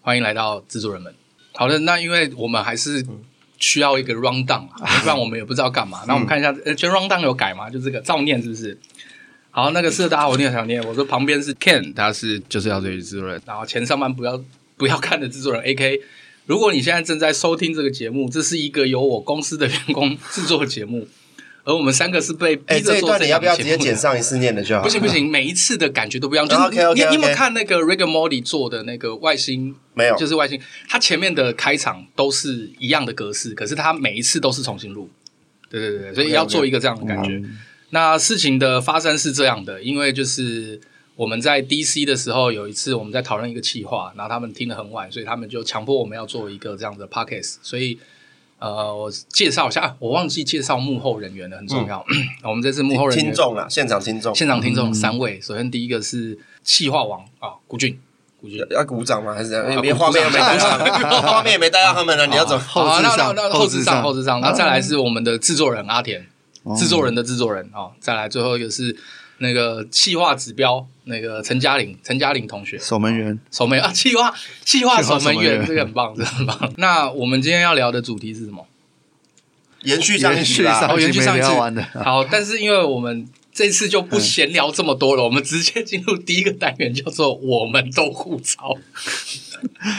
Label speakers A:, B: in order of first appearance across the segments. A: 欢迎来到制作人们。好的，那因为我们还是
B: 嗯
A: 需要一个 round down，、啊、不然我们也不知道干嘛。那我们看一下，呃，全 round down 有改吗？就这个造念是不是？好，那个是大家好，我念小念，我说旁边是 Ken，他是就是要这里制作人，然后前上班不要不要看的制作人 AK。如果你现在正在收听这个节目，这是一个由我公司的员工制作的节目，而我们三个是被
B: 哎、
A: 逼
B: 这
A: 着
B: 一
A: 做
B: 段你
A: 这样
B: 要不
A: 的
B: 要
A: 节
B: 直
A: 目
B: 接
A: 的。
B: 剪上一次念的就好？嗯
A: 不行不，行，每一次的感觉都不一 样。就是
B: 啊，OK，OK，OK
A: 你你有没有看那个 Rick and Morty 做的那个外星
B: 没有，
A: 就是外星，它前面的开场都是一样的格式，可是它每一次都是重新录。对对对，所以
B: OK，OK
A: 要做一个这样的感觉。那事情的发生是这样的，因为就是我们在 DC 的时候，有一次我们在讨论一个企划，然后他们听得很晚，所以他们就强迫我们要做一个这样的 podcast。所以呃，我介绍一下，啊我忘记介绍幕后人员了，很重要。 我们这次幕后人员
B: 嗯听众嗯啦，现场听众
A: 现场听众三位，首先第一个是企划王啊、顾俊，顾俊。
B: 要鼓掌吗？还是怎样？因
A: 啊
B: 为画面又没鼓掌， 画面也没带到他们了，你要怎么？
A: 好啊
C: 后置上
A: 那那那
C: 后
A: 后
C: 置
A: 置
C: 上啊
A: 上，后置上，然后再来是我们的制作人阿田，制作人的制作人哦，再来最后一个是那个企划指标那个陈嘉玲，陈嘉玲同学，
C: 守门员，
A: 守门员啊，企划企划
C: 企划
A: 守门
C: 守门
A: 员，
C: 员
A: 这个很棒，这个很棒。 那我们今天要聊的主题是什么？
B: 延续上啊一集
C: 延续
B: 啦
C: 上，
A: 哦，延续上一
C: 没
A: 次
C: 聊完的 嗯
A: 好，但是因为我们这次就不闲聊这么多了，我们直接进入第一个单元，叫做我们都互抄。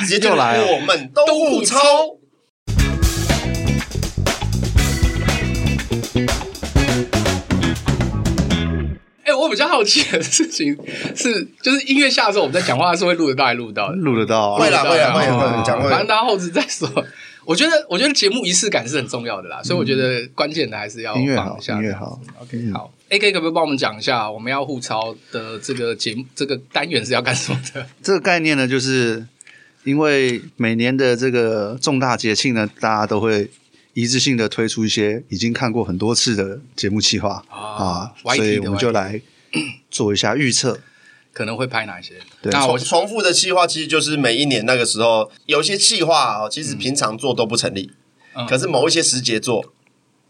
B: 直接就
C: 又来了
B: 我们都互抄。
A: 哎、我比较好奇的事情是，就是音乐下的时候，我们在讲话是会录得到还录得到的，
C: 录得到啊，
B: 会啦
A: 录得到
B: 会啦
A: 的
B: 会啦讲会
A: 反正大家后置再说。我觉得，我觉得节目仪式感是很重要的啦，所以我觉得关键的还是要
C: 音乐
A: 放
C: 好
A: 一，下
C: 音乐好，嗯
A: OK，、好，A K 可不可以帮我们讲一下我们要互抄的这个节目这个单元是要干什么的？
C: 这个概念呢，就是因为每年的这个重大节庆呢，大家都会一致性的推出一些已经看过很多次的节目企划
A: 啊
C: 啊，
A: YT
C: 所以我
A: 的
C: 们
A: YT
C: 就来做一下预测。
A: 可能会拍哪些？
C: 对
A: 那我
B: 重重复的计划其实就是每一年那个时候，有一些计划哦，其实平常做都不成立，
A: 嗯
B: 可是某一些时节做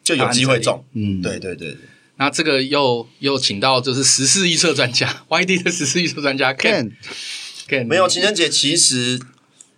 B: 就有机会中。
C: 嗯，
B: 对对对，对
A: 那这个又又请到就是时事预测专 家 Y D 的时事预测专家 Ken
C: ，Ken，
A: Ken
B: 没有情人节其实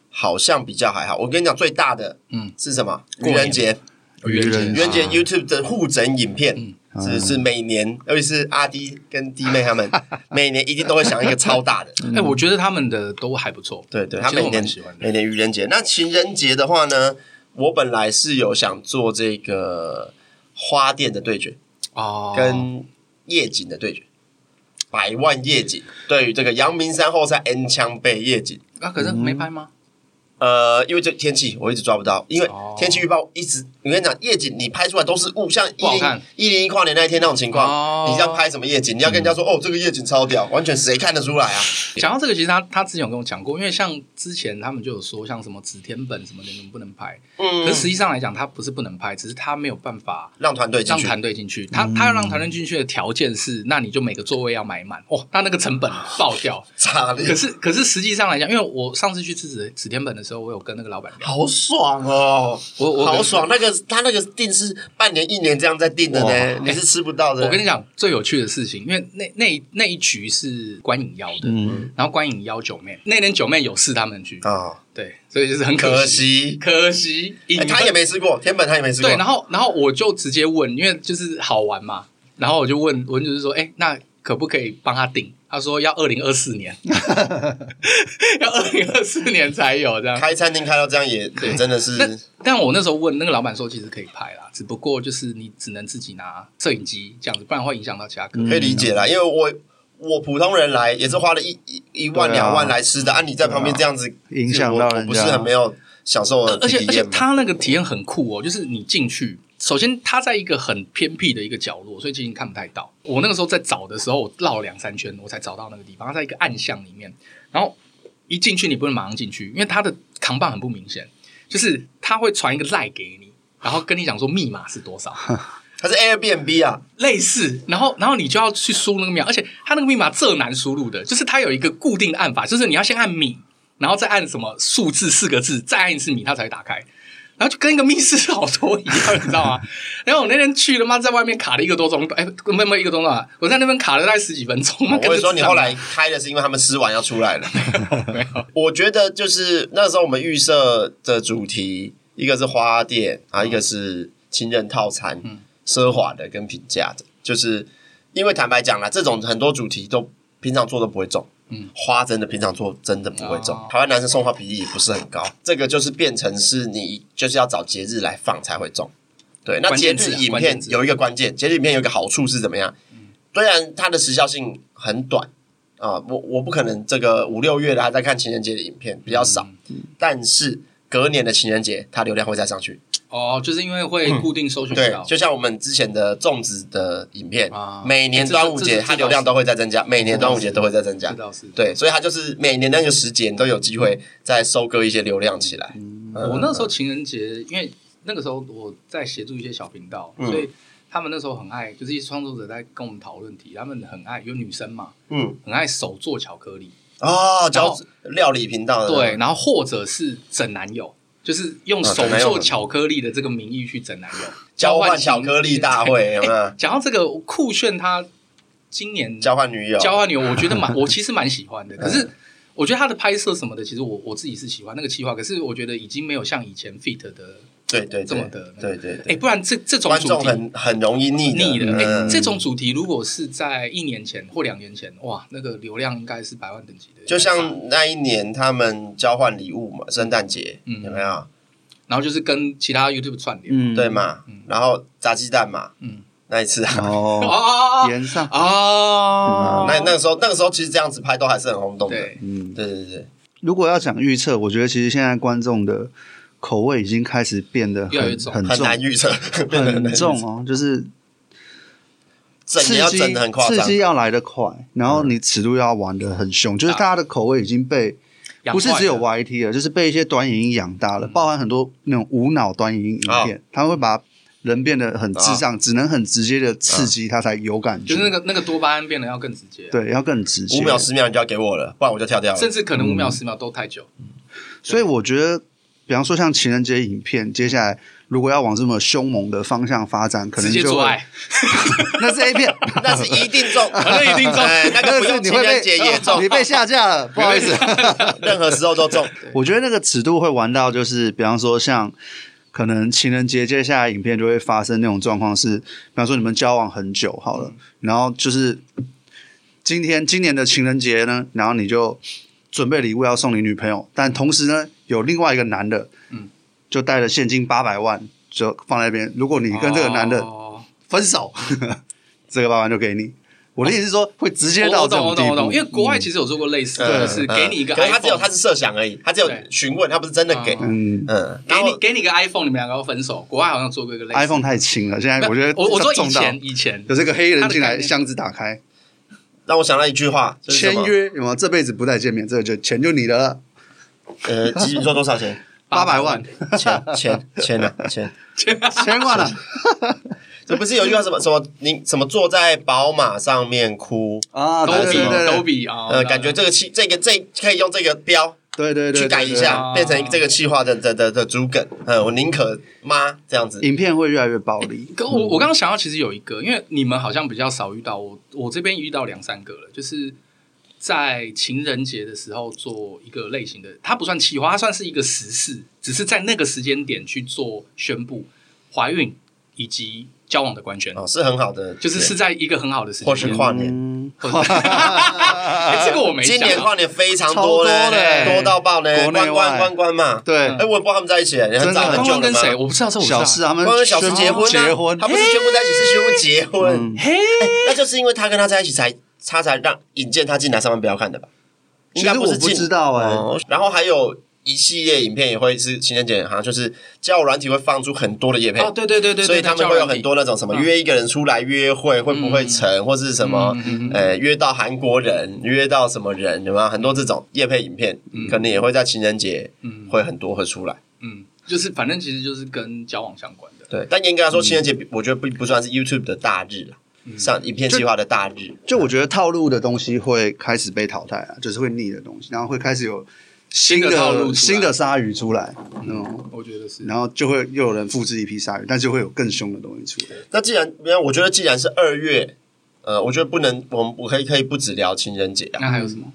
B: 好像比较还好。我跟你讲，最大的
A: 嗯
B: 是什么？
A: 过
B: 愚
A: 年
B: 人节，
A: 愚人
C: 愚
B: 愚
A: 节
B: 人节
C: 啊
B: YouTube 的互整影
A: 嗯
B: 片，是是每年，尤其是阿迪跟弟妹 他们，每年一定都会想一个超大的。
A: 哎，我觉得他们的都还不错，
B: 对对，他
A: 其实
B: 每
A: 我
B: 年
A: 蛮喜欢的。
B: 每年愚人节。那情人节的话呢，我本来是有想做这个花店的对决
A: 哦，
B: 跟夜景的对决，百万夜景对于这个阳明山后山 N 枪背夜景。
A: 啊，可是没拍吗？
B: 呃，因为这天气我一直抓不到，因为
A: 哦
B: 天气预报一直，我跟你讲，夜景你拍出来都是雾，像一
A: 不好
B: 零
A: 看
B: 一零一跨年那一天那种情
A: 哦
B: 况，你要拍什么夜景？你要跟人家说哦，这个夜景超屌，完全谁看得出来啊？
A: 讲到这个，其实他他之前有跟我讲过，因为像之前他们就有说，像什么纸天本什么的，你们不能拍。可
B: 嗯
A: 是，实际上来讲，他不是不能拍，只是他没有办法
B: 让团队进
A: 让
B: 去，
A: 团队进去。他他要让团队进去的条件是，那你就每个座位要买满哦，那那个成本爆掉。
B: 炸裂
A: 可，是可是实际上来讲，因为我上次去吃纸纸天本的时候，我有跟那个老板聊，
B: 好爽哦！
A: 我我
B: 好爽，那个他那个定是半年一年这样在定的呢
A: 哇，
B: 你是吃不到的。
A: 我跟你讲最有趣的事情，因为那那那一局是关颖邀的，
C: 嗯，
A: 然后关颖邀九妹，那天九妹有事他们去，
B: 啊，
A: 对，所以就是很
B: 可
A: 惜，
B: 惜
A: 可惜，
B: 哎他也没吃过，天本他也没吃过
A: 对，。然后然后我就直接问，因为就是好玩嘛，然后我就问，我就是说，哎、那可不可以帮他订？他说要二零二四 年， 要二零二四年才有这样。
B: 开餐厅开到这样也也真的
A: 但
B: 是
A: 但我那时候问那个老板说，其实可以拍啦，只不过就是你只能自己拿摄影机这样子，不然会影响到其他客人。
B: 可
C: 嗯
B: 以理解啦，因为我我普通人来也是花了一一一万
C: 对啊
B: 两万来吃的啊，你在旁边这样子
C: 影响到
B: 我我
C: 人
B: 不是很
C: 家
B: 没有享受
A: 而
B: 的
A: 且
B: 体
A: 而且
B: 验嘛。
A: 他那个体验很酷哦，就是你进去，首先它在一个很偏僻的一个角落，所以其实你看不太到。我那个时候在找的时候，我绕了两三圈，我才找到那个地方。它在一个暗巷里面，然后一进去你不能马上进去，因为它的扛棒很不明显，就是它会传一个赖给你，然后跟你讲说密码是多少，
B: 它是 Airbnb 啊，
A: 类似，然后然后你就要去输那个密码，而且它那个密码最难输入的，就是它有一个固定的按法，就是你要先按米，然后再按什么数字四个字，再按一次米，它才会打开。然后就跟一个密室逃脱一样，你知道吗？ 然后我那天去他妈在外面卡了一个多钟头，哎，没有没有一个多钟头啊，我在那边卡了大概十几分钟。
B: 哦我
A: 跟啊
B: 跟你说，你后来
A: 没
B: 开的是因为他们吃完要出来了。
A: 有没 有，
B: 我觉得就是那时候我们预设的主题，一个是花店啊，一个是情人套餐，
A: 嗯
B: 奢华的跟平价的，就是因为坦白讲啦，这种很多主题都平常做都不会中。
A: 嗯
B: 花真的平常做真的不会中，
A: 哦
B: 台湾男生送花比例也不是很高，这个就是变成是你就是要找节日来放才会中。对，那
A: 关
B: 节
A: 键
B: 日
A: 字啊
B: 影
A: 关
B: 片
A: 键字嗯
B: 有一个关键，节日影片有一个好处是怎么样？虽然它的时效性很短啊、我我不可能这个五六月的还在看情人节的影片比较少，
A: 嗯
B: 但是隔年的情人节它流量会再上去。
A: 哦，就是因为会固定搜寻
B: 对
A: 到，，
B: 就像我们之前的粽子的影片，
A: 啊
B: 每年
A: 这是
B: 端午节
A: 这是
B: 它流量都会在增加，每年端午节都会在增加
A: 这。倒是。
B: 对，所以它就是每年那个时节你都有机会再收割一些流量起来。
A: 嗯
B: 嗯
A: 我那时候情人节，因为那个时候我在协助一些小频道，
B: 嗯
A: 所以他们那时候很爱，就是一些创作者在跟我们讨论题，他们很爱有女生嘛，
B: 嗯
A: 很爱手做巧克力，
B: 哦，
A: 然
B: 教
A: 后
B: 料理频道的
A: 对，然后或者是整男友，就是用
B: 啊
A: 手
B: 整男友
A: 做
B: 很
A: 巧克力的这个名义去整男友，
B: 交换
A: 情
B: 巧克力大会有没有？
A: 讲到这个酷炫，他今年
B: 交换嗯女友，
A: 交换牛，我觉得 蛮，我其实蛮喜欢的。可是我觉得他的拍摄什么的，其实我我自己是喜欢那个企划，可是我觉得已经没有像以前 fit 的，
B: 对对对
A: 这么的
B: 对对
A: 哎，
B: 对，
A: 不然这这种
B: 观
A: 主
B: 众
A: 题
B: 很很容易腻
A: 腻的，哎，
B: 嗯
A: 这种主题如果是在一年前或两年前，哇，那个流量应该是百万等级的，
B: 就
A: 应该是
B: 像那一年他们交换礼物嘛，圣诞节
A: 嗯
B: 有没有？
A: 然后就是跟其他 YouTube 串联，
C: 嗯，
B: 对嘛？然后炸鸡蛋嘛，
A: 嗯，
B: 那一次啊，
A: 哦
C: 哦，
A: 哦哦
C: 延上，
A: 哦，
B: 那那个时候那个时候其实这样子拍都还是很轰动的。
A: 对，
C: 嗯，
B: 对对对，
C: 如果要讲预测，我觉得其实现在观众的口味已经开始变得
A: 越来
C: 很
A: 越重
C: 很
B: 很
C: 重
B: 难预测，变得很难
C: 很
B: 预测
C: 重，哦，就是
B: 整
C: 刺
B: 也要
C: 激
B: 整的很夸
C: 刺
B: 张。
C: 激要来得快，然后你尺度要玩的很凶，
B: 嗯
C: 就是大家的口味已经被
A: 养
C: 不是只有
A: 坏了
C: YT 了，就是被一些短影音养大
B: 嗯
C: 了，包含很多那种无脑短影音影
B: 哦
C: 片，他会把人变得很智障，只能很直接的
B: 嗯
C: 刺激他才有感觉，
A: 就是那个那个多巴胺变得要更直接，
C: 对，要更直接
B: 五。秒十秒你就要给我了，不然我就跳掉了
A: 甚。至可能五
C: 嗯
A: 秒十秒都太久，
C: 所以我觉得，比方说像情人节影片，接下来如果要往这么凶猛的方向发展，可
A: 直
C: 能
A: 接
C: 就
A: 做
C: 会
A: 爱，
C: 那是 A 片，
B: 那是一定中，
A: 那一定中
B: 哎那 个不
C: 是
B: 用
C: 你
B: 情
C: 会
B: 人节也
C: 被
B: 中
C: 你，被下架了，不好意思。
B: 任何时候都中。
C: 我觉得那个尺度会玩到，就是比方说像可能情人节接下来影片就会发生那种状况是，比方说你们交往很久好
A: 嗯
C: 了，然后就是今天今年的情人节呢，然后你就准备礼物要送你女朋友，但同时呢有另外一个男的，
A: 嗯
C: 就带了现金八百万就放在那边，如果你跟这个男的
A: 哦
C: 分手， 这个八百万就给你。我的意思是说，会直接
A: 我
C: 到
A: 我
C: 这
A: 懂
C: 种
A: 哦我
C: 地
A: 懂
C: 步
A: 我，懂，因为国外
C: 嗯
A: 其实有做过类似
B: 嗯
A: 的，就是给你一个
B: 可是他只有
A: iPhone，
B: 他是设想而已，他只有
A: 对
B: 询问，他不是真的给。
A: 嗯
C: 嗯
B: 嗯，
A: 给
B: 然
A: 你
B: 后
A: 给你个 iPhone，你们两个要分手，国外好像做过一个类似
C: iPhone 太轻了，现在
A: 没有
C: 我觉得
A: 我我说以
C: 重到
A: 前以前
C: 有这个黑人进
A: 他的概
C: 来，
A: 念
C: 箱子打开，
B: 让我想到一句话，就是什
C: 签
B: 么，
C: 约有没有？这辈子不再见面，这个就钱就你的了。
B: 呃，吉米说多少钱？
A: 800
C: 万，
B: 钱钱钱啊钱！
C: 千万了
B: 这不是有一句话什么什么你什么坐在宝马上面哭？
C: 啊！
A: 都
C: 对
A: 比
C: 对对
A: 都
C: 对
A: 比啊，
B: 呃，感觉这个气这个这可以用这个标
C: 对对对，
B: 去改一下，
A: 对
B: 变成这个气化的的的的主梗。嗯，我宁可妈这样子
C: 对。影片会越来越暴力。
A: 可
B: 嗯
A: 我我刚刚想到，其实有一个，因为你们好像比较少遇到，我我这边遇到两三个了，就是在情人节的时候做一个类型的，它不算企划，它算是一个时事，只是在那个时间点去做宣布怀孕以及交往的官宣，
B: 哦，是很好的，
A: 就是是在一个很好的时间
B: 或是
A: 点。
B: 跨年。
C: 嗯，
A: 或 是哎这个我没
B: 今年
A: 讲啊。
B: 跨年非常多
C: 超多的
B: 嘞，多到爆嘞，
C: 国内
B: 关关
C: 外
B: 关关嘛。
C: 对
B: 哎，，我也不知道他们在一起，你很早
C: 真的
B: 很
A: 关
B: 久
A: 关
B: 了
A: 跟
B: 吗？
A: 谁？我不知道，这我不知道
C: 小四他们
B: 关关小时结
C: 宣布
B: 婚啊，
C: 结婚
B: 他，不是宣布在一起，是宣布结婚。
C: 嗯
A: 嘿，
B: 那就是因为他跟他在一起才，他才让引荐他进来上班不要看的吧？
C: 其
B: 应
C: 实
B: 该
C: 我
B: 是
C: 不
B: 进
A: 欸
C: 知道哎，
B: 哦然后还有一系列影片也会是情人节，好像就是交友软体会放出很多的夜配，
A: 哦，对对对对，
B: 所以他们会有很
A: 交友
B: 多那种什么
A: 嗯
B: 约一个人出来约会会不会成，或是什么
A: 嗯嗯嗯嗯
B: 呃约到韩国人，约到什么人，有没有很多这种夜配影片，可能也会在情人节
A: 嗯
B: 会很多会出来。
A: 软嗯体，嗯，就是反正其实就是跟交往相关的，
B: 对，但严格来说，情人节我觉得不不算是 YouTube 的大日啊，
A: 嗯
B: 像影片计划的大日。
C: 就我觉得套路的东西会开始被淘汰啊，就是会腻的东西，然后会开始有新
A: 新的套路出来
C: 的新的鲨鱼出来，嗯，
A: 我觉得是。
C: 然后就会又有人复制一批鲨鱼，但就会有更凶的东西出来。
B: 那既然，没有，我觉得既然是二月，呃，我觉得不能，我们我可以可以不只聊情人节啊，
A: 那还有什么？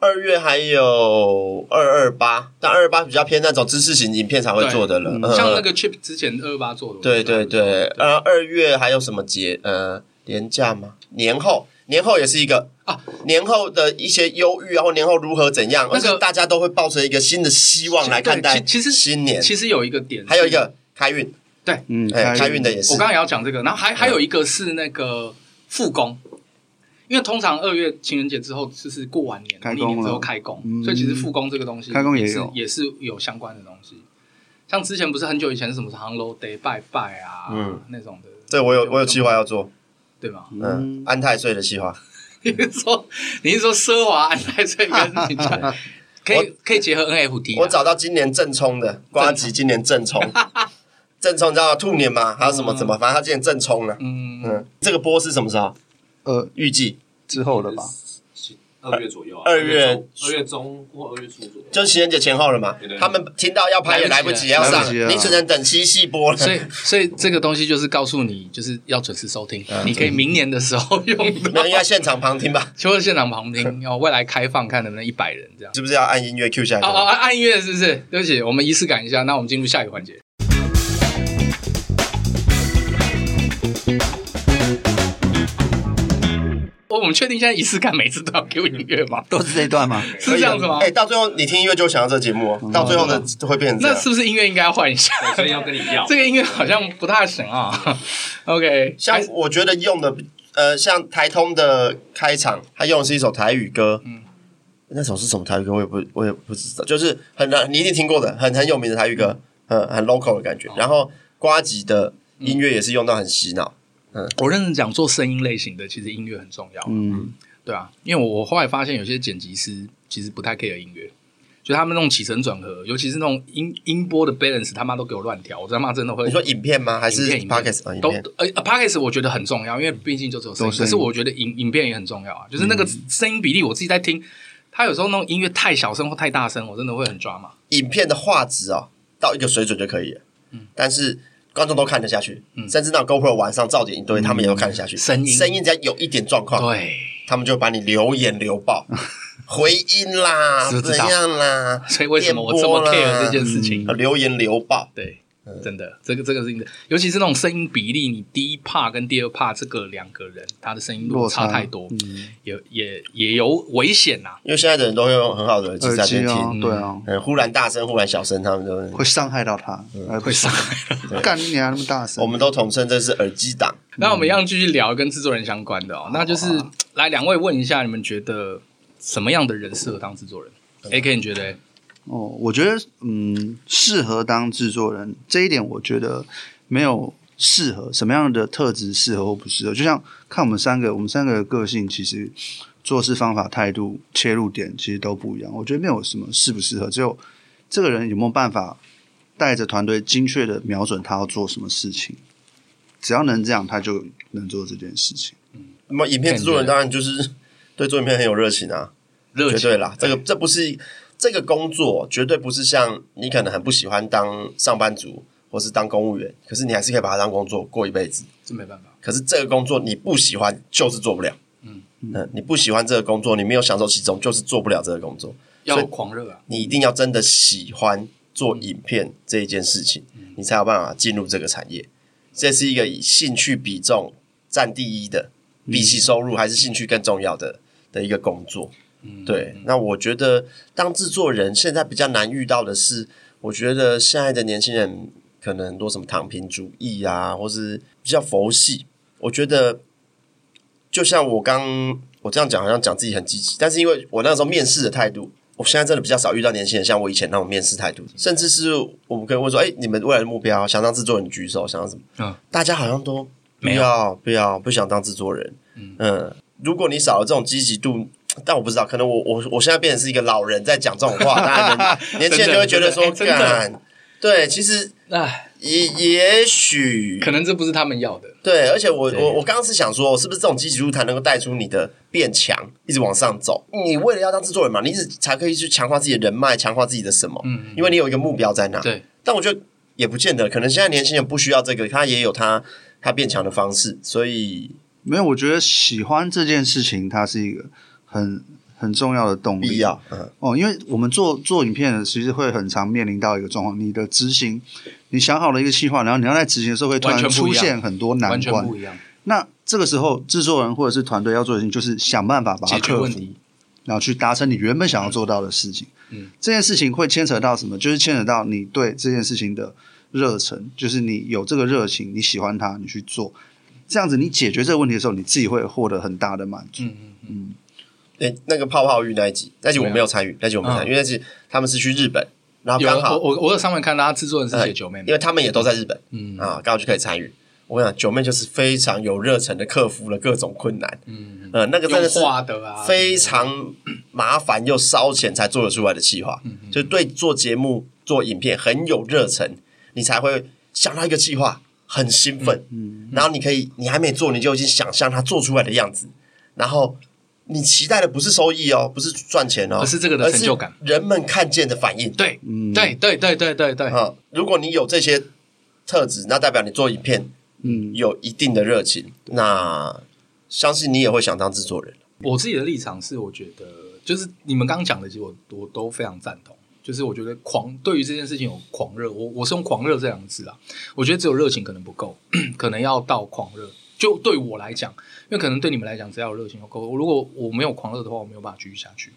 B: 二月还有二二八，但二二八比较偏那种知识型影片才会做的了，
C: 对嗯
B: 嗯
A: 像那个 Chip 之前二八做的，
B: 对对对，呃，二月还有什么节？呃，年假吗？年后，年后也是一个
A: 啊，
B: 年后的一些忧郁啊，或年后如何怎样，
A: 那个
B: 而且大家都会抱着一个新的希望来看待
A: 对其其实
B: 新年，
A: 其实有一个点，
B: 还有一个开运，
C: 嗯，
B: 哎，开运的也是
A: 我刚刚也要讲这个，然后还还有一个是那个复工，因为通常二月情人节之后就是过完年
C: 开，工
A: 历年之后
C: 了
A: 开工，
C: 嗯
A: 所以其实复工这个东西
C: 开工也
A: 是
C: 有
A: 也是有相关的东西。像之前不是很久以前是什么长楼 day 拜拜啊，
B: 嗯
A: 那种的，
B: 对我有我有计划要做，
A: 对吗？
B: 嗯
C: 嗯，
B: 安太岁的计划，
A: 你是说你是说奢华安泰这个你讲可以可以结合 NFT，啊
B: 我找到今年正冲的瓜吉，今年正冲， 正冲你知道兔年嘛？还有什么什么，反正他今年正冲了。
A: 嗯
B: 嗯，这个播是什么时候？
C: 呃，
B: 预计
C: 之后的吧，
D: 二月左右啊，
B: 二月
D: 中二月中或二月初左右，
B: 就是情人节前后了嘛
D: 对对。对
B: 他们听到要拍也来不及，
A: 来
B: 要
A: 不及啊
B: 上
C: 来不及，了
B: 你只能等七夕播了。
A: 所以，所以这个东西就是告诉你，就是要准时收听。你可以明年的时候用
B: 没
A: 到
B: 有，。应该现场旁听吧？
A: 就是现场旁听，然后未来开放看能不能一百人这样。
B: 是不是要按音乐 Q 下
A: 哦哦，
B: 来？
A: 按按音乐是不是？对不起，我们仪式感一下。那我们进入下一个环节。哦，我们确定现在仪式感每次都要 Q 音乐吗？
C: 都是这一段吗？
A: 是这样子吗嗯
B: 哎，？到最后你听音乐就会想到这节目哦，到最后的就会变成这
A: 那
B: 样
A: 是。不是音乐应该要换一下？
D: 所以要跟你要
A: 这个音乐好像不大行啊。OK，
B: 像
A: 还是
B: 我觉得用的，呃，像台通的开场，他用的是一首台语歌，嗯，那首是什么台语歌，我也不我也不知道，就是很难，你一定听过的，很很有名的台语歌，嗯，很 local 的感
A: 哦
B: 觉。然后瓜吉的音乐也是用到很洗脑，
A: 嗯我认真讲，做声音类型的，其实音乐很重要。
C: 嗯，
A: 对啊，因为我我后来发现有些剪辑师其实不太 care 音乐，就他们那种起承转合，尤其是那种音音波的 balance，他妈都给我乱调，我他妈真的会。
B: 你说影片吗？还是
A: 影片影
B: p o c k e t 啊？
A: 片
B: 影
A: 都
B: 片，
A: 呃 p o c k e t 我觉得很重要，因为毕竟就只有声音。
C: 都声
A: 可
C: 音
A: 是我觉得影影片也很重要啊，就是那个声音比例，我自己在听，他有时候那种音乐太小声或太大声，我真的会很抓嘛。
B: 影片的画质哦，到一个水准就可以了，
A: 嗯
B: 但是。观众都看得下去，甚至那种 GoPro 晚上照点一堆，他们也都看得下
A: 嗯
B: 去。
A: 声音
B: 声音只要有一点状况，
A: 对，
B: 他们就把你留言留 爆，回音啦，
A: 知不
B: 怎
A: 知道
B: 样啦，
A: 所以为什么我这么
B: 电波
A: care
B: 啦
A: 这件事情？
B: 留言留爆，
A: 对，
B: 呃
A: 真的，这个这个是真的，尤其是那种声音比例，你第一 part 跟第二 part 这个两个人，他的声音落差
C: 落差
A: 太多，
B: 嗯
A: 也也也有危险呐、
B: 因为现在的人都会用很好的耳机在
C: 耳
B: 那
C: 机
B: 边
C: 啊
B: 听，，
C: 对啊，
B: 嗯，忽然大声，忽然小声，他们都
C: 会伤害到他，哎
A: 会伤害。
C: 干你娘那么大声
B: 我，们都统称这是耳机党。
A: 那我们一
B: 嗯
A: 样继续聊跟制作人相关的哦，
B: 啊
A: 那就是来两位问一下，你们觉得什么样的人适合当制作人？A
B: 嗯
A: K 你觉得？
C: 哦，我觉得嗯，适合当制作人这一点，我觉得没有适合什么样的特质适合或不适合。就像看我们三个，我们三个的个性其实做事方法、态度、切入点其实都不一样。我觉得没有什么适不适合，只有这个人有没有办法带着团队精确的瞄准他要做什么事情。只要能这样，他就能做这件事情。
B: 那么影片制作人当然就是对做影片很有热情啊，
A: 热
B: 绝
A: 情哎
B: 对啦，这个这不是这个工作，绝对不是像你可能很不喜欢当上班族或是当公务员，可是你还是可以把它当工作过一辈子。
A: 这没办法，
B: 可是这个工作你不喜欢，就是做不了。嗯你不喜欢这个工作，你没有享受其中，就是做不了这个工作。
A: 要
B: 所以
A: 狂热啊！
B: 你一定要真的喜欢做影片这一件事情，你才有办法进入这个产业。这是一个以兴趣比重占第一的，比起收入还是兴趣更重要的的一个工作。对，那我觉得当制作人现在比较难遇到的是，我觉得现在的年轻人可能很多什么躺平主义啊，或是比较佛系。我觉得就像我刚我这样讲，好像讲自己很积极，但是因为我那时候面试的态度，我现在真的比较少遇到年轻人，像我以前那种面试态度，甚至是我们可以问说：“哎、你们未来的目标，想当制作人举手，想当什么？”
A: 嗯，
B: 大家好像都不
A: 没有
B: 要不要不想当制作人。嗯如果你少了这种积极度，但我不知道，可能我我我现在变成是一个老人在讲这种话，当然 人年轻人就会觉得说：“
A: 真的真的哎
B: 干，对，其实
A: 哎，
B: 也也许
A: 可能这不是他们要的。
B: 对，而且我我我刚刚是想说，是不是这种积极度才能够带出你的变强，一直往上走？你为了要当制作人嘛，你一直才可以去强化自己的人脉，强化自己的什么？
A: 嗯，
B: 因为你有一个目标在那。
A: 对，
B: 但我觉得也不见得，可能现在年轻人不需要这个，他也有他他变强的方式，所以
C: 没有，我觉得喜欢这件事情，它是一个很很重要的动力。
B: 必要。嗯，
C: 哦，因为我们做做影片的，其实会很常面临到一个状况，你的执行，你想好了一个计划，然后你要在执行的时候会突然
A: 完全不一
C: 出
A: 样
C: 现很多难
A: 完全
C: 关
A: 不。一样，
C: 那这个时候，制作人或者是团队要做的事情，就是想办法把它
A: 解决
C: 克
A: 问
C: 服，
A: 题。
C: 然后去达成你原本想要做到的事情。
A: 嗯，
C: 这件事情会牵扯到什么？就是牵扯到你对这件事情的热忱，就是你有这个热情，你喜欢它，你去做。这样子，你解决这个问题的时候，你自己会获得很大的满足。
A: 嗯嗯嗯，
B: 诶，那个泡泡浴那一集，那集我没有参与，那集我没参
A: 嗯
B: 与，因为那集他们是去日本，然后
A: 有
B: 啊刚
A: 我
B: 好
A: 我我有上面看到他制作人是
B: 呃
A: 写九妹
B: 因
A: 妹
B: 为，他们也都在日本，
A: 嗯
B: 啊，刚好就可以参与。我跟你讲，九妹就是非常有热忱的克服了各种困难，
A: 嗯，
B: 呃，那个真的
A: 用
B: 是
A: 画的啊，
B: 非常麻烦又烧钱才做得出来的企划，
A: 嗯
B: 就对做节目、做影片很有热忱，你才会想到一个企划，很兴奋，
A: 嗯
B: 然后你可以，你还没做，你就已经想象它做出来的样子，然后你期待的不是收益哦，不是赚钱哦，
A: 而是这个的成就感，
B: 人们看见的反应。
A: 对对对对对对对，
B: 啊、如果你有这些特质，那代表你做影片
C: 嗯，
B: 有一定的热情，那相信你也会想当制作人。
A: 我自己的立场是，我觉得就是你们刚刚讲的，其实我我都非常赞同。就是我觉得狂对于这件事情有狂热，我我是用狂热这两个字啊。我觉得只有热情可能不够， 可能要到狂热。就对我来讲，因为可能对你们来讲，只要有热情就够。如果我没有狂热的话，我没有办法继续下去。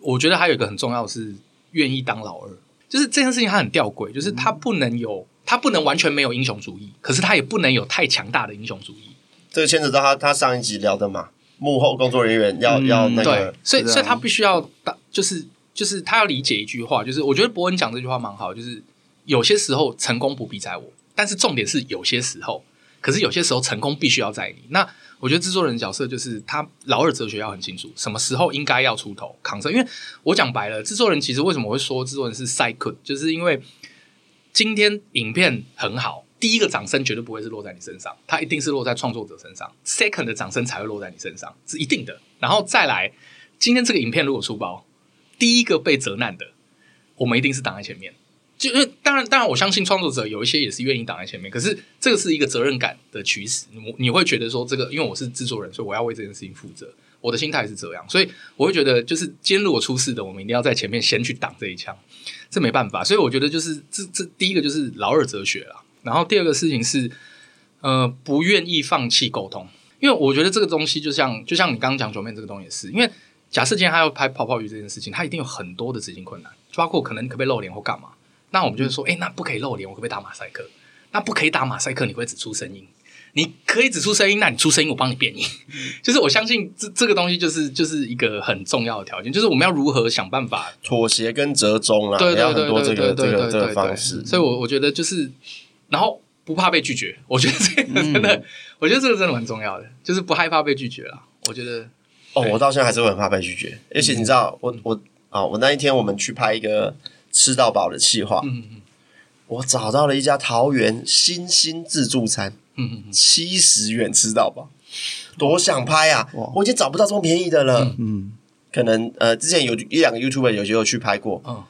A: 我觉得还有一个很重要的是，愿意当老二。就是这件事情它很吊诡，就是它不能有，它不能完全没有英雄主义，可是它也不能有太强大的英雄主义。
B: 这个牵扯到他他上一集聊的嘛，幕后工作人员要、
C: 嗯
B: 要那
A: 对
B: 个，，
A: 所以
C: 是啊
A: 所以他必须要打，就是就是他要理解一句话，就是我觉得伯恩讲这句话蛮好，就是有些时候成功不必在我，但是重点是有些时候，可是有些时候成功必须要在你。那我觉得制作人的角色就是他老二哲学要很清楚，什么时候应该要出头扛着。因为我讲白了，制作人其实为什么会说制作人是 cycle，就是因为今天影片很好。第一个掌声绝对不会是落在你身上，它一定是落在创作者身上。Second 的掌声才会落在你身上，是一定的。然后再来，今天这个影片如果出包，第一个被责难的，我们一定是挡在前面。就因为当然，当然，我相信创作者有一些也是愿意挡在前面，可是这个是一个责任感的驱使。你你会觉得说，这个因为我是制作人，所以我要为这件事情负责。我的心态是这样，所以我会觉得，就是今天如果出事的，我们一定要在前面先去挡这一枪，这没办法。所以我觉得，就是这这第一个就是老二哲学啦，然后第二个事情是，呃，不愿意放弃沟通，因为我觉得这个东西就像就像你刚刚讲九妹这个东西也是，因为假设今天他要拍泡泡鱼这件事情，他一定有很多的执行困难，包括可能你可不可以露脸或干嘛。那我们就会说，哎、那不可以露脸，我可不可以打马赛克？那不可以打马赛克，你会只出声音。你可以只出声音，那你出声音，我帮你 变音。就是我相信这这个东西，就是就是一个很重要的条件，就是我们要如何想办法
B: 妥协跟折中啦，啊
A: 对
B: 也要
A: 对对
B: 很多这
A: 对
B: 个
A: 对
B: 这
A: 对
B: 个
A: 对
B: 这个
A: 对
B: 方式。
A: 所以我我觉得就是，然后不怕被拒绝，我觉得这个真的，我觉得这个真的蛮重要的，就是不害怕被拒绝啦。我觉得
B: 哦，我到现在还是会很怕被拒绝，而
A: 嗯
B: 且你知道，我我啊、我那一天我们去拍一个吃到饱的企划，
A: 嗯嗯
B: 我找到了一家桃园新兴自助餐，
A: 嗯嗯嗯，
B: 七十元吃到饱，多想拍啊
C: 哇！
B: 我已经找不到这么便宜的了。
C: 嗯，
B: 可能呃，之前有一两个 YouTuber 有也有去拍过，
A: 嗯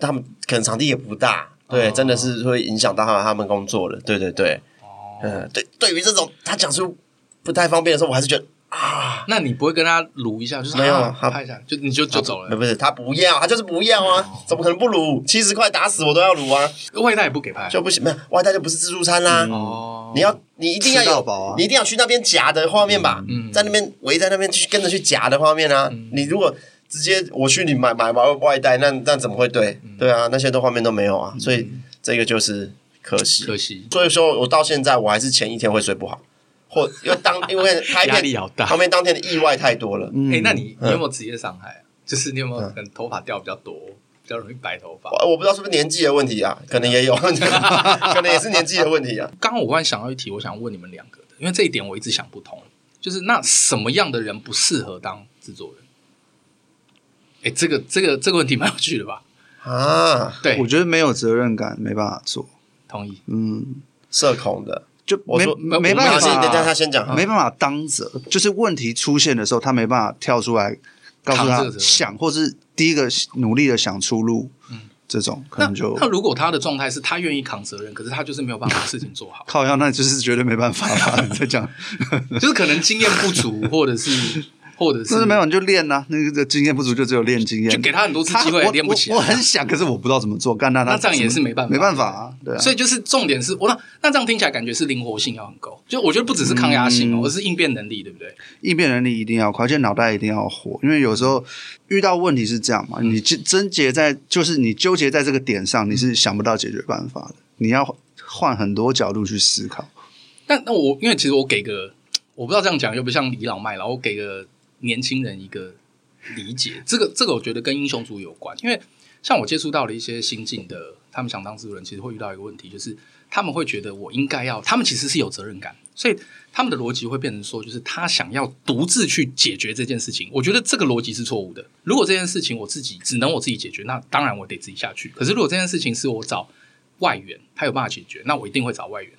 B: 他们可能场地也不大，对，
A: 哦
B: 真的是会影响到他们他们工作的，对对对，
A: 哦
B: 嗯、对，对于这种他讲出不太方便的时候，我还是觉得啊，
A: 那你不会跟他撸一下，就是
B: 没有
A: 啊
B: 他
A: 拍一下，就你就就走
B: 不
A: 了，
B: 不是他不要，他就是不要啊，
A: 哦
B: 怎么可能不撸？七十块打死我都要撸啊，
A: 外带也不给拍
B: 就不行，没有外带就不是自助餐啦、
A: 哦。
B: 你要，你一定要
C: 吃到
B: 有，
C: 饱啊
B: 你一定要去那边夹的画面吧，
A: 嗯嗯嗯
B: 在那边围在那边去跟着去夹的画面啊。你如果直接我去你买买买外带，那那怎么会对？
A: 嗯
B: 对啊，那些都画面都没有啊，所以这个就是可惜。
A: 可惜
B: 所以说我到现在我还是前一天会睡不好，或因为当因为拍
A: 压
B: 片
A: 力好大。
B: 旁边当天的意外太多了。
A: 哎、
C: 嗯
A: 那你你有没有职业伤害啊？就是你有没有可能头发掉比较多，比较容易白头发？
B: 我我不知道是不是年纪的问题啊，可能也有， 可能也是年纪的问题啊。
A: 刚刚我忽然想到一题，我想问你们两个的，因为这一点我一直想不通，就是那什么样的人不适合当制作人？哎，这个这个这个问题蛮有趣的吧？
B: 啊，
A: 对，
C: 我觉得没有责任感，没办法做。
A: 同意。
C: 嗯，
B: 社恐的，
C: 就
B: 我
C: 没
B: 说
C: 没
A: 我
C: 没
B: 没
C: 办
B: 有先，等一
A: 啊
B: 下他
C: 法，
B: 先讲，
C: 没办法当责，就是问题出现的时候，他没办法跳出来告诉
A: 扛这
C: 他
A: 个责任
C: 想，或是第一个努力的想出路，
A: 嗯
C: 这种可
A: 那
C: 能就，
A: 那如果他的状态是他愿意扛责任，可是他就是没有办法把事情做好
C: 靠腰，那就是绝对没办法 了。你在讲，
A: 就是可能经验不足，或者是或者
C: 就是是没有你就练呐、那个经验不足就只有练经验，
A: 就给他很多次机会
C: 我
A: 练不起来
C: 我。我很想，可是我不知道怎么做，干那他
A: 那这样也是没办法
C: 没办法啊，对啊。
A: 所以就是重点是，我那那这样听起来感觉是灵活性要很够，就我觉得不只是抗压性哦，
C: 嗯
A: 而是应变能力，对不对？
C: 应变能力一定要快，而且脑袋一定要活，因为有时候遇到问题是这样嘛，
A: 嗯
C: 你纠纠结在就是你纠结在这个点上，你是想不到解决办法的，你要换很多角度去思考。
A: 但那我因为其实我给个，我不知道这样讲又不像倚老卖老，我给个年轻人一个理解，这个这个我觉得跟英雄族有关，因为像我接触到了一些新进的，他们想当制作人，其实会遇到一个问题，就是他们会觉得我应该要，他们其实是有责任感，所以他们的逻辑会变成说，就是他想要独自去解决这件事情。我觉得这个逻辑是错误的。如果这件事情我自己只能我自己解决，那当然我得自己下去。可是如果这件事情是我找外援，他有办法解决，那我一定会找外援。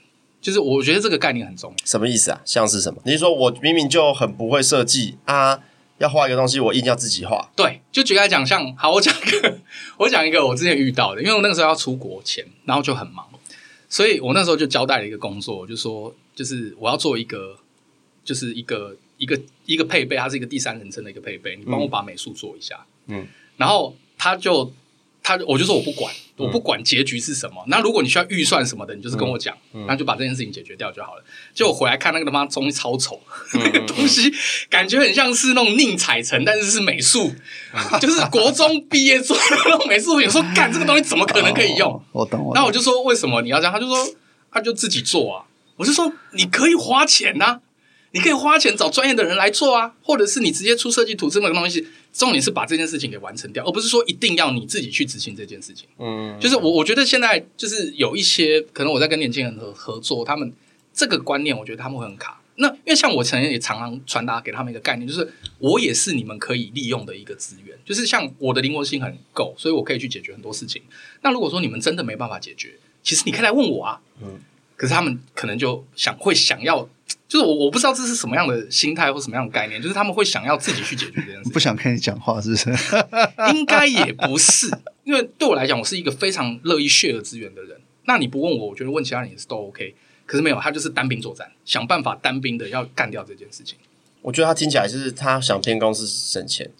A: 就是我觉得这个概念很重要。
B: 什么意思啊？像是什么？你是说我明明就很不会设计啊，要画一个东西，我硬要自己画，
A: 对，就举个来讲，像好，我讲一个， 我讲一个我之前遇到的，因为我那个时候要出国前，然后就很忙，所以我那时候就交代了一个工作，我就说就是我要做一个，就是一个一个一个配备，它是一个第三人称的一个配备，你帮我把美术做一下，
B: 嗯，
A: 然后他就他我就说我不管，我不管结局是什么，那如果你需要预算什么的，你就是跟我讲，
B: 嗯
A: 那就把这件事情解决掉就好了。结果回来看那个他妈东西超丑，
B: 嗯
A: 那个东西感觉很像是那种宁采臣，但是是美术，就是国中毕业做的那种美术品。我说干这个东西怎么可能可以用
C: 哦？我懂。
A: 那我
C: 就
A: 就说为什么你要这样？他就说他就自己做啊。我就说你可以花钱呐、你可以花钱找专业的人来做啊，或者是你直接出设计图这么个东西。重点是把这件事情给完成掉，而不是说一定要你自己去执行这件事情。
B: 嗯，
A: 就是我我觉得现在就是有一些可能我在跟年轻人合合作，他们这个观念，我觉得他们会很卡。那因为像我曾经也常常传达给他们一个概念，就是我也是你们可以利用的一个资源。就是像我的灵活性很够，所以我可以去解决很多事情。那如果说你们真的没办法解决，其实你可以来问我啊。
B: 嗯
A: 嗯，可是他们可能就想会想要，就是我我不知道这是什么样的心态或什么样的概念，就是他们会想要自己去解决这件事情。
C: 不想跟你讲话，是不是？
A: 应该也不是，因为对我来讲，我是一个非常乐意 share 资源的人。那你不问我，我觉得问其他人也是都 OK。可是没有，他就是单兵作战，想办法单兵的要干掉这件事情。
B: 我觉得他听起来就是他想骗公司省钱，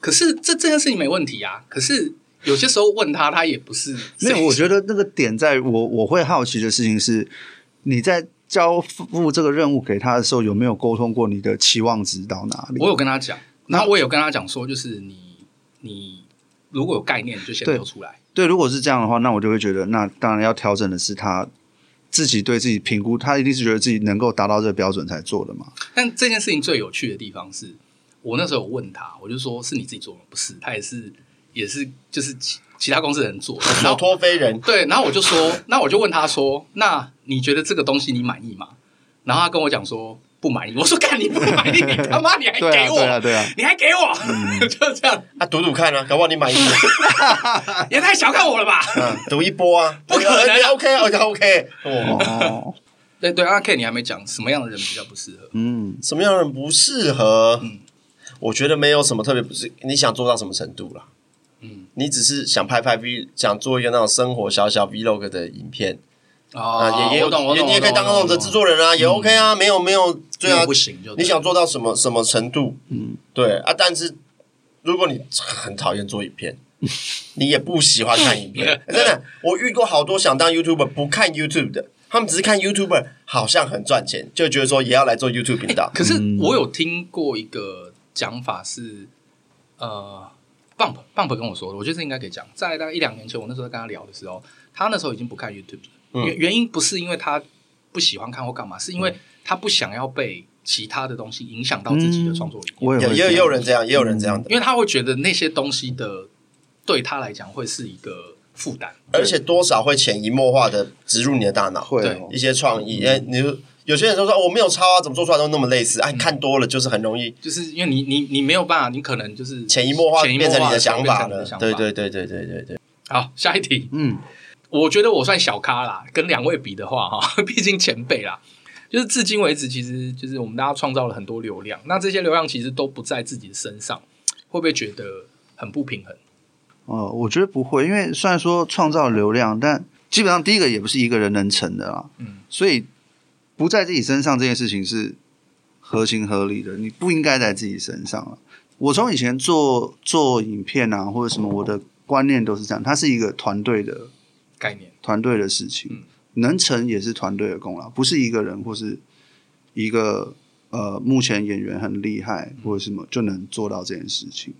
A: 可是这这件事情没问题啊。可是有些时候问他，他也不是
C: 没有，我觉
A: 得
C: 得那个点在于我我会好奇的事情是，你在交付这个任务给他的时候，有没有沟通过你的期望值到哪里？
A: 我有跟他讲，
C: 那
A: 那我有跟他讲说，就是你你如果有概念，你就先
C: 对
A: 留出来。
C: 对，如果是这样的话，那我就会觉得，那当然要调整的是他自己对自己评估，他一定是觉得自己能够达到这个标准才做的嘛。
A: 但这件事情最有趣的地方是，我那时候有问他，我就说是你自己做吗？不是，他也是也是就是其其他公司的人 做的。然
B: 手
A: 后
B: 托非人，
A: 对，然后我就说，那我就问他说，那你觉得这个东西你满意吗？然后他跟我讲说不满意。我说干你不满意，你他妈你还
C: 对啊，
A: 哎给我，
C: 对啊，对 啊。
A: 你还给我， 就这样，
B: 啊，赌赌看啊，搞不好你满意，
A: 也太小看我了吧？
B: 嗯赌一波啊，
A: 不可能啊
B: 哎，OK 啊，OK 啊 OK，哦，
C: 哦，
A: 对对，阿 K 你还没讲什么样的人比较不适合？
C: 嗯，
B: 什么样的人不适合
A: 嗯？
B: 我觉得没有什么特别不是，你想做到什么程度啦？
A: 嗯
B: 你只是想拍拍 V，想做一个那种生活小小 Vlog 的影片啊，也也
A: 哦
B: 有，
A: 我懂我
B: 也
A: 懂，
B: 你也可以当那
A: 我懂嗯
B: 种的制，作人啊，也 OK 啊，没有没有，对啊
A: 不，行就
B: 你想做到什么什么程度？嗯，对啊，但是如果你很讨厌做影片，你也不喜欢看影 片，欸真的，我遇过好多想当 YouTuber 不看 YouTube 的，他们只是看 YouTuber 好像很赚钱，就觉得说也要来做 YouTube 频道。
A: 可是我有听过一个讲法是，呃，Bump Bump 跟我说的，我觉得这应该可以讲。在大概一两年前，我那时候跟他聊的时候，他那时候已经不看 YouTube 了。
B: 嗯
A: 原、原因不是因为他不喜欢看或干嘛，是因为他不想要被其他的东西影响到自己的创作理念，
C: 我也
B: 嗯也
C: 会
B: 也也
C: 这样
B: 有人这样，也有人这样的，
A: 因为他会觉得那些东西的对他来讲会是一个负担。
B: 而且多少会潜移默化的植入你的大脑，
C: 会
A: 对
C: 哦
B: 一些创
A: 嗯
B: 意。哎，你就有些人都说哦我没有抄啊，怎么做出来都那么类
A: 嗯
B: 似？哎，看多了就是很容易
A: 就是因为你你你没有办法，你可能就是
B: 潜移默化
A: 潜移
B: 变
A: 默
B: 成你
A: 地
B: 的想
A: 变
B: 法
A: 成你
B: 了
A: 的。想法
B: 对对对对对对对，
A: 好，下一题，
C: 嗯，
A: 我觉得我算小咖啦，跟两位比的话哈， 毕竟前辈啦。就是至今为止，其实就是我们大家创造了很多流量，那这些流量其实都不在自己身上，会不会觉得很不平衡？
C: 哦，我觉得不会，因为虽然说创造流量，但基本上第一个也不是一个人能成的啦。
A: 嗯，
C: 所以不在自己身上这件事情是合情合理的，你不应该在自己身上啊。我从以前做做影片啊，或者什么，我的观念都是这样，它是一个团队的
A: 概念，
C: 团队的事情，
A: 嗯
C: 能成也是团队的功劳，不是一个人或是一个呃，目前演员很厉害
A: 嗯
C: 或者什么就能做到这件事情，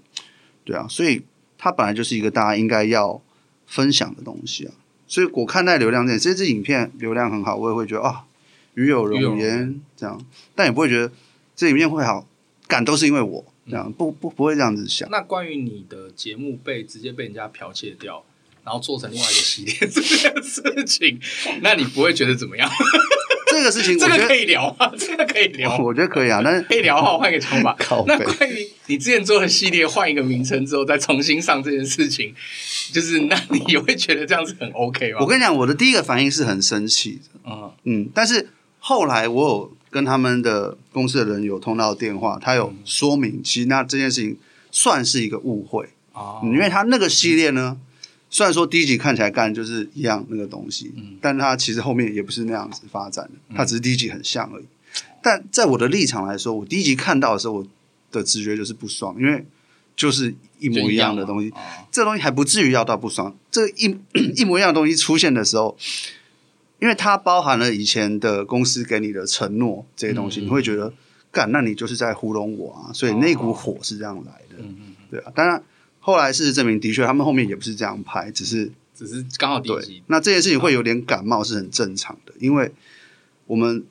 C: 对啊，所以它本来就是一个大家应该要分享的东西啊。所以我看待流量这件这支影片流量很好，我也会觉得啊，与有
A: 与有
C: 荣
A: 荣
C: 焉这样，但也不会觉得这影片会好，感都是因为我
A: 嗯
C: 这样，不不不会这样子想。
A: 那关于你的节目被直接被人家剽窃掉，然后做成另外一个系列这件事情，那你不会觉得怎么样？
C: 这个事情，我
A: 这
C: 觉
A: 个可
C: 得
A: 以聊啊，这个可以聊，
C: 我觉得可以啊，但是
A: 可以聊啊，换一个讲法
C: 靠。
A: 那
C: 北
A: 关于你之前做的系列换一个名称之后再重新上这件事情，就是那你会觉得这样子很 OK 吗？
C: 我跟你讲，我的第一个反应是很生气的。
A: 嗯
C: 嗯，但是后来我有跟他们的公司的人有通到电话，他有说明，其实那这件事情算是一个误会，
A: 哦
C: 嗯因为他那个系列呢，虽然说第一集看起来干就是一样那个东西，
A: 嗯
C: 但它其实后面也不是那样子发展的，它只是第一集很像而已。但在我的立场来说，我第一集看到的时候，我的直觉就是不爽，因为就是一
A: 就
C: 模一样的
A: 嘛
C: 东西，
A: 哦
C: 这东西还不至于要到不爽。这一 一模一样的东西出现的时候，因为它包含了以前的公司给你的承诺这些东西，
A: 嗯
C: 你会觉得干，那你就是在糊弄我啊！所以那股火是这样来的，
A: 嗯嗯，嗯
C: 对啊。当然，后来事实证明，的确他们后面也不是这样拍，只是
A: 只是刚好第一
C: 对
A: 集，，
C: 那这件事情会有点感冒是很正常
A: 嗯
C: 的，因为我们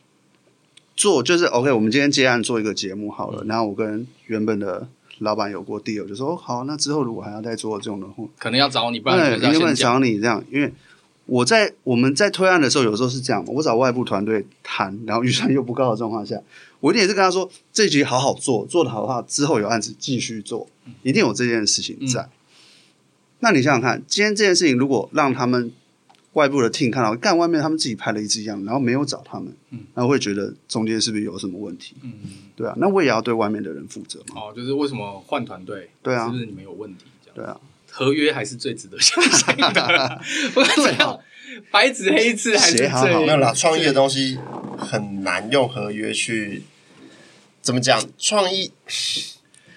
C: 做就是 OK，我们今天接案做一个节目好
A: 嗯
C: 了，然后我跟原本的老板有过 deal，就说、哦、好，那之后如果还要再做这种的话，
A: 可能要找你，不
C: 对，
A: 然就是要
C: 哎一定会
A: 先讲。
C: 找你这样，因为我在我们在推案的时候，有时候是这样嘛，我找外部团队谈，然后预算又不高的状况下，我一定也是跟他说，这一集好好做，做的好的话，之后有案子继续做，一定有这件事情在。那你想想看，今天这件事情如果让他们外部的 team 看到，干外面他们自己拍了一支一样，然后没有找他们，
A: 嗯
C: 那会觉得中间是不是有什么问题？
A: 嗯，嗯
C: 对啊，那我也要对外面的人负责嘛。
A: 哦，就是为什么换团队？
C: 对啊
A: 是不是你们有问题？这样
C: 对啊，
A: 合约还是最值得相信 的。我只要白纸黑字还是最
C: 啊写好好
B: 没有
A: 嗯
B: 啦，创意的东西很难用合约去怎么讲，创意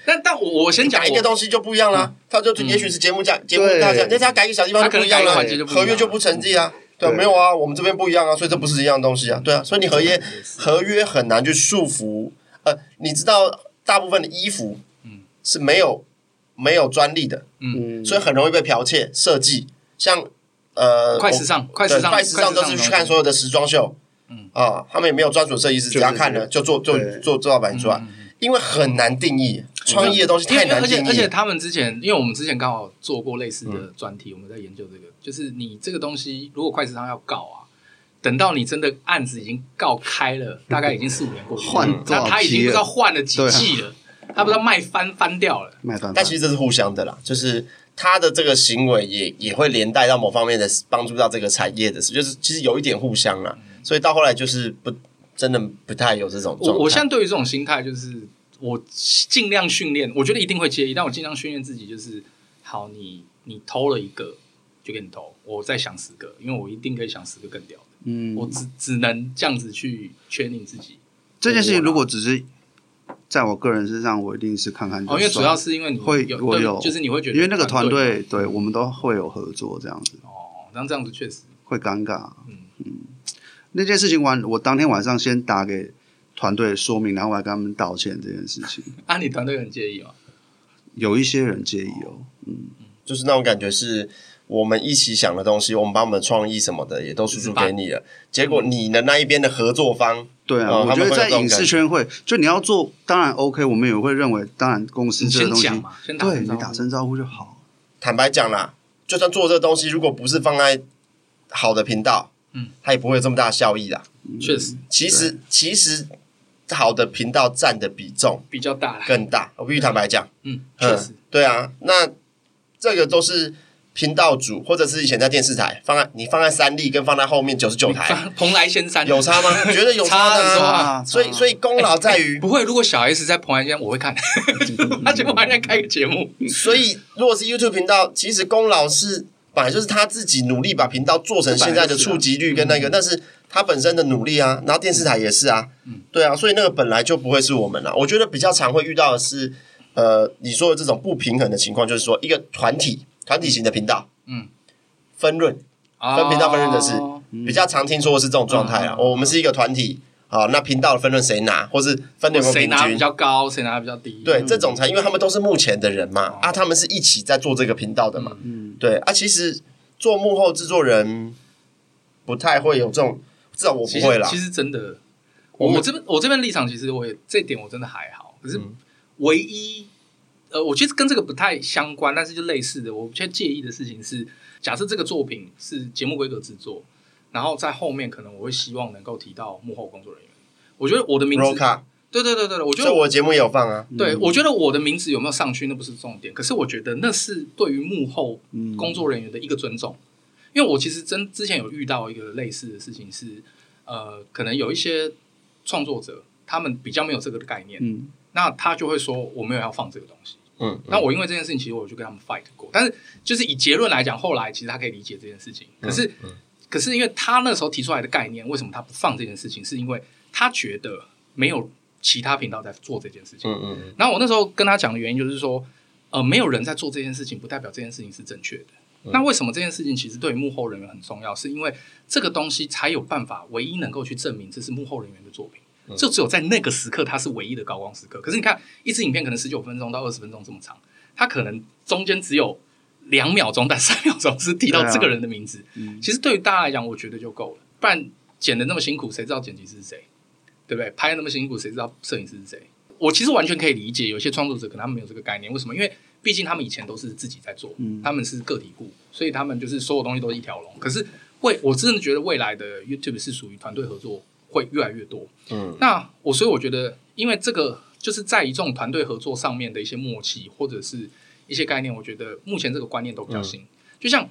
A: 但但我我先讲
B: 改一
A: 我
B: 个东西就不一样啦，他就也许是节目价节目大
C: 对
B: 奖，但是他改一个小地
A: 嗯
B: 方
A: 他
B: 就
A: 可
B: 不
A: 能
B: 一
A: 改
B: 样
A: 一个
B: 啦
A: 环节就，不一样
B: 合约就不成立啊。对啊，
C: 对
B: 没有啊，我们这边不一样啊，所以这不是一样的东西啊。对啊，所以你合
A: 嗯
B: 约合约很难去束缚。呃，你知道大部分的衣服，
A: 嗯
B: 是没有没有专利的，
C: 嗯，
B: 所以很容易被剽窃设计。像呃，
A: 快时尚，快
B: 对
A: 时尚，
B: 快时尚都是去看所有的时装秀，
A: 嗯
B: 啊，他们也没有专属设计师，
C: 就
B: 只
C: 是
B: 要看了就做就
C: 对
B: 做做到版出
A: 嗯
B: 来，因为很难定义创意的东西
A: 因为
B: 太难
A: 而且
B: 定
A: 而且
B: 义。
A: 他们之前，因为我们之前刚好做过类似的专
C: 嗯
A: 题，我们在研究这个，就是你这个东西如果快时尚要告啊。等到你真的案子已经告开了，大概已经四五年过去了，嗯
C: 换多少
A: 那他已经
C: 批
A: 不
C: 了
A: 知道换了几
C: 对啊
A: 季了，他不知道卖翻翻掉了，
C: 卖办法
B: 但其实这是互相的啦，就是他的这个行为也也会连带到某方面的帮助到这个产业的事，就是其实有一点互相啦，所以到后来就是不真的不太有这种状
A: 嗯我
B: 态。
A: 我现在对于这种心态，就是我尽量训练，我觉得一定会介意，但我尽量训练自己，就是好，你你偷了一个就给你偷，我再想十个，因为我一定可以想十个更屌的，
C: 嗯
A: 我只只能这样子去确定自己。
C: 这件事情如果只是在我个人身上，我一定是看看就
A: 哦，
C: 算。
A: 因为主要是因为你
C: 会
A: 有
C: 我
A: 对
C: 有
A: 就是你会觉得
C: 因为那个团
A: 队
C: 队，对我们都会有合作，这样子
A: 哦，那这样子确实
C: 会尴尬。
A: 嗯
C: 嗯，那件事情完，我当天晚上先打给团队说明，然后我还跟他们道歉这件事情。
A: 啊，你团队很介意吗？
C: 有一些人介意哦，
B: 就是那种感觉是。我们一起想的东西，我们把我们的创意什么的也都输出给你了，结果你的那一边的合作方
C: 对啊，
B: 哦
C: 我觉
B: 他们会
C: 得
B: 有
C: 在
B: 这种
C: 影视圈会，就你要做，当然 OK，我们也会认为，当然公司
A: 你
C: 这个
A: 先
C: 东西，
A: 讲嘛，先打
C: 对
A: 声
C: 你
A: 招呼
C: 打声招呼就好。
B: 坦白讲啦，就算做这东西，如果不是放在好的频道，
A: 嗯，
B: 它也不会有这么大的效益啦。
A: 确实
B: 其实，其实好的频道占的比重
A: 比较大啦。
B: 更大。我必须坦白讲，
A: 嗯，确
B: 嗯
A: 实，
B: 对啊，那这个都是频道主，或者是以前在电视台放在你放在三立跟放在后面九十九台
A: 放 蓬莱仙山
B: 有差吗？觉得 有
A: 差
B: 的
A: 很多
B: 啊。
A: 啊
B: 所以，所以功劳在于，
A: 不会。如果小 S 在蓬莱仙山，我会看， 他就蓬莱仙山开个节目，
B: 所以如果是 YouTube 频道，其实功劳是本来就是他自己努力把频道做
A: 啊
B: 成现在的触及率跟那个，
A: 嗯
B: 但是他本身的努力啊，然后电视台也是啊，
A: 嗯
B: 对啊，所以那个本来就不会是我们啊啦。我觉得比较常会遇到的是，呃，你说的这种不平衡的情况，就是说一个团体团体型的频道，
A: 嗯，
B: 分润
A: 分
B: 频道分润的事
A: 哦
B: 比较常听说的是这种状态啊。
A: 嗯
B: 我们是一个团体啊，那频道的分润谁拿，或是分流
A: 谁
B: 平
A: 拿比
B: 均？
A: 较高，谁拿比较低，
B: 对，
C: 嗯
B: 这种才，因为他们都是目前的人嘛
A: 哦，
B: 啊，他们是一起在做这个频道的嘛，
C: 嗯，
B: 对啊，其实做幕后制作人不太会有这种，至少我不
A: 其
B: 会
A: 实
B: 啦。
A: 其实真的，
B: 我
A: 我
B: 们
A: 我这边我这边立场，其实我也这点我真的还好，可是
B: 嗯
A: 唯一。呃，我其实跟这个不太相关，但是就类似的，我比较介意的事情是，假设这个作品是节目规格制作，然后在后面可能我会希望能够提到幕后工作人员。我觉得我的名
B: r o
A: 字
B: c，a
A: 对对对对对，我觉
B: 所以
A: 得
B: 我的节目也有放啊，
A: 对，
C: 嗯
A: 我觉得我的名字有没有上去那不是重点，可是我觉得那是对于幕后工作人员的一个尊重。因为我其实真之前有遇到一个类似的事情是，呃，可能有一些创作者他们比较没有这个概念，
C: 嗯，
A: 那他就会说我没有要放这个东西。
B: 嗯，
A: 那我因为这件事情，其实我就跟他们 fight 过，但是就是以结论来讲，后来其实他可以理解这件事情，
B: 嗯
A: 可是、可是因为他那时候提出来的概念，为什么他不放这件事情，是因为他觉得没有其他频道在做这件事情。
B: 嗯嗯嗯，
A: 然后我那时候跟他讲的原因就是说，呃，没有人在做这件事情，不代表这件事情是正确的。
C: 嗯
A: 那为什么这件事情其实对于幕后人员很重要？是因为这个东西才有办法，唯一能够去证明这是幕后人员的作品。
C: 嗯
A: 就只有在那个时刻，它是唯一的高光时刻。可是你看，一支影片可能十九分钟到二十分钟这么长，它可能中间只有两秒钟到三秒钟是提到
C: 对啊
A: 这个人的名字。
C: 嗯
A: 其实对于大家来讲，我觉得就够了。不然剪的那么辛苦，谁知道剪辑师是谁？对不对？拍的那么辛苦，谁知道摄影师是谁？我其实完全可以理解，有些创作者可能他们没有这个概念，为什么？因为毕竟他们以前都是自己在做，
C: 嗯
A: 他们是个体户，所以他们就是所有东西都是一条龙。可是未，我真的觉得未来的 YouTube 是属于团队合作会越来越多。
B: 嗯，
A: 那我所以我觉得，因为这个就是在于这种团队合作上面的一些默契或者是一些概念，我觉得目前这个观念都比较新。
B: 嗯
A: 就像，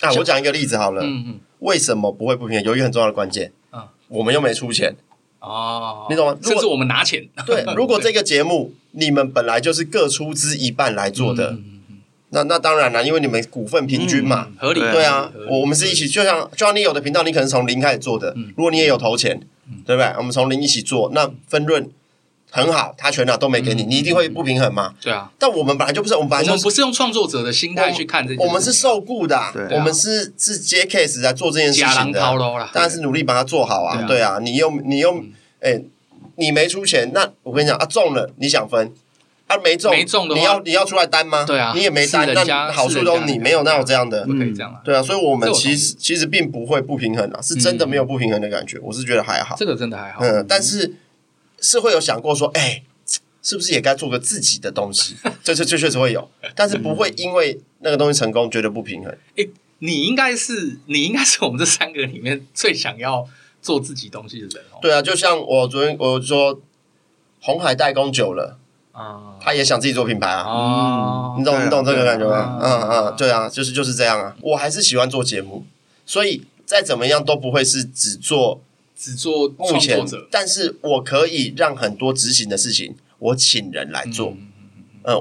B: 啊，我讲一个例子好了，
A: 嗯嗯，
B: 为什么不会不平衡？有一个很重要的关键，
A: 嗯
B: 我们又没 出钱。
A: 哦，
B: 你懂吗如果
A: 甚至我们拿钱，
B: 对，如果这个节目你们本来就是各出资一半来做的，
A: 嗯嗯嗯嗯
B: 那那当然啦，因为你们股份平均嘛，
A: 嗯合理，
B: 对啊
A: 合理，
B: 我我们是一起，，就像就像你有的频道，你可能从零开始做的
A: 嗯，
B: 如果你也有投钱，对不对？我们从零一起做，那分润很好，他全拿都没给你，
A: 嗯
B: 你一定会不平衡嘛。
A: 对啊，
B: 但我们本来就不是，我们本
A: 我
B: 来就
A: 们
B: 是
A: 不是用创作者的心态去看这件事
B: 我们是受雇的啊
C: 对啊，
B: 我们是是接 case 来做这件事
A: 假
B: 情
A: 狼
B: 的
A: 掏
B: 啊，
A: 喽啦，
B: 当然是努力把它做好
A: 对
B: 啊
A: 啊。
B: 对啊，你又你又
A: 嗯
B: 哎，你没出钱，那我跟你讲啊，中了你想分。啊，没中，
A: 没中的话
B: 你要你要出来担吗？
A: 对啊
B: 你也没担
A: 是，人家
B: 那好处
A: 是人
B: 都
A: 家
B: 你没有，那有这样的，
A: 不可以这样啊，
B: 对啊，所以我们
A: 这我
B: 其实其实并不会不平衡啊，是真的没有不平衡的感觉，我是觉得还好。
A: 这个真的还好，
B: 嗯，但是是会有想过说，哎、是不是也该做个自己的东西？这这这确实会有，但是不会因为那个东西成功觉得不平衡。
A: 你应该是你应该是我们这三个里面最想要做自己东西的人哦，
B: 对啊，就像我昨天我说，红海代工久了，
A: 啊，
B: 他也想自己做品牌啊。
A: 哦，
B: 你懂、
C: 对啊
B: 你懂这个感觉吗？
A: 对啊
B: 嗯嗯，对啊，就是就是这样啊。我还是喜欢做节目，所以再怎么样都不会是只做
A: 只做
B: 目
A: 创作
B: 前
A: 者，
B: 但是我可以让很多执行的事情，我请人来做。嗯
A: 嗯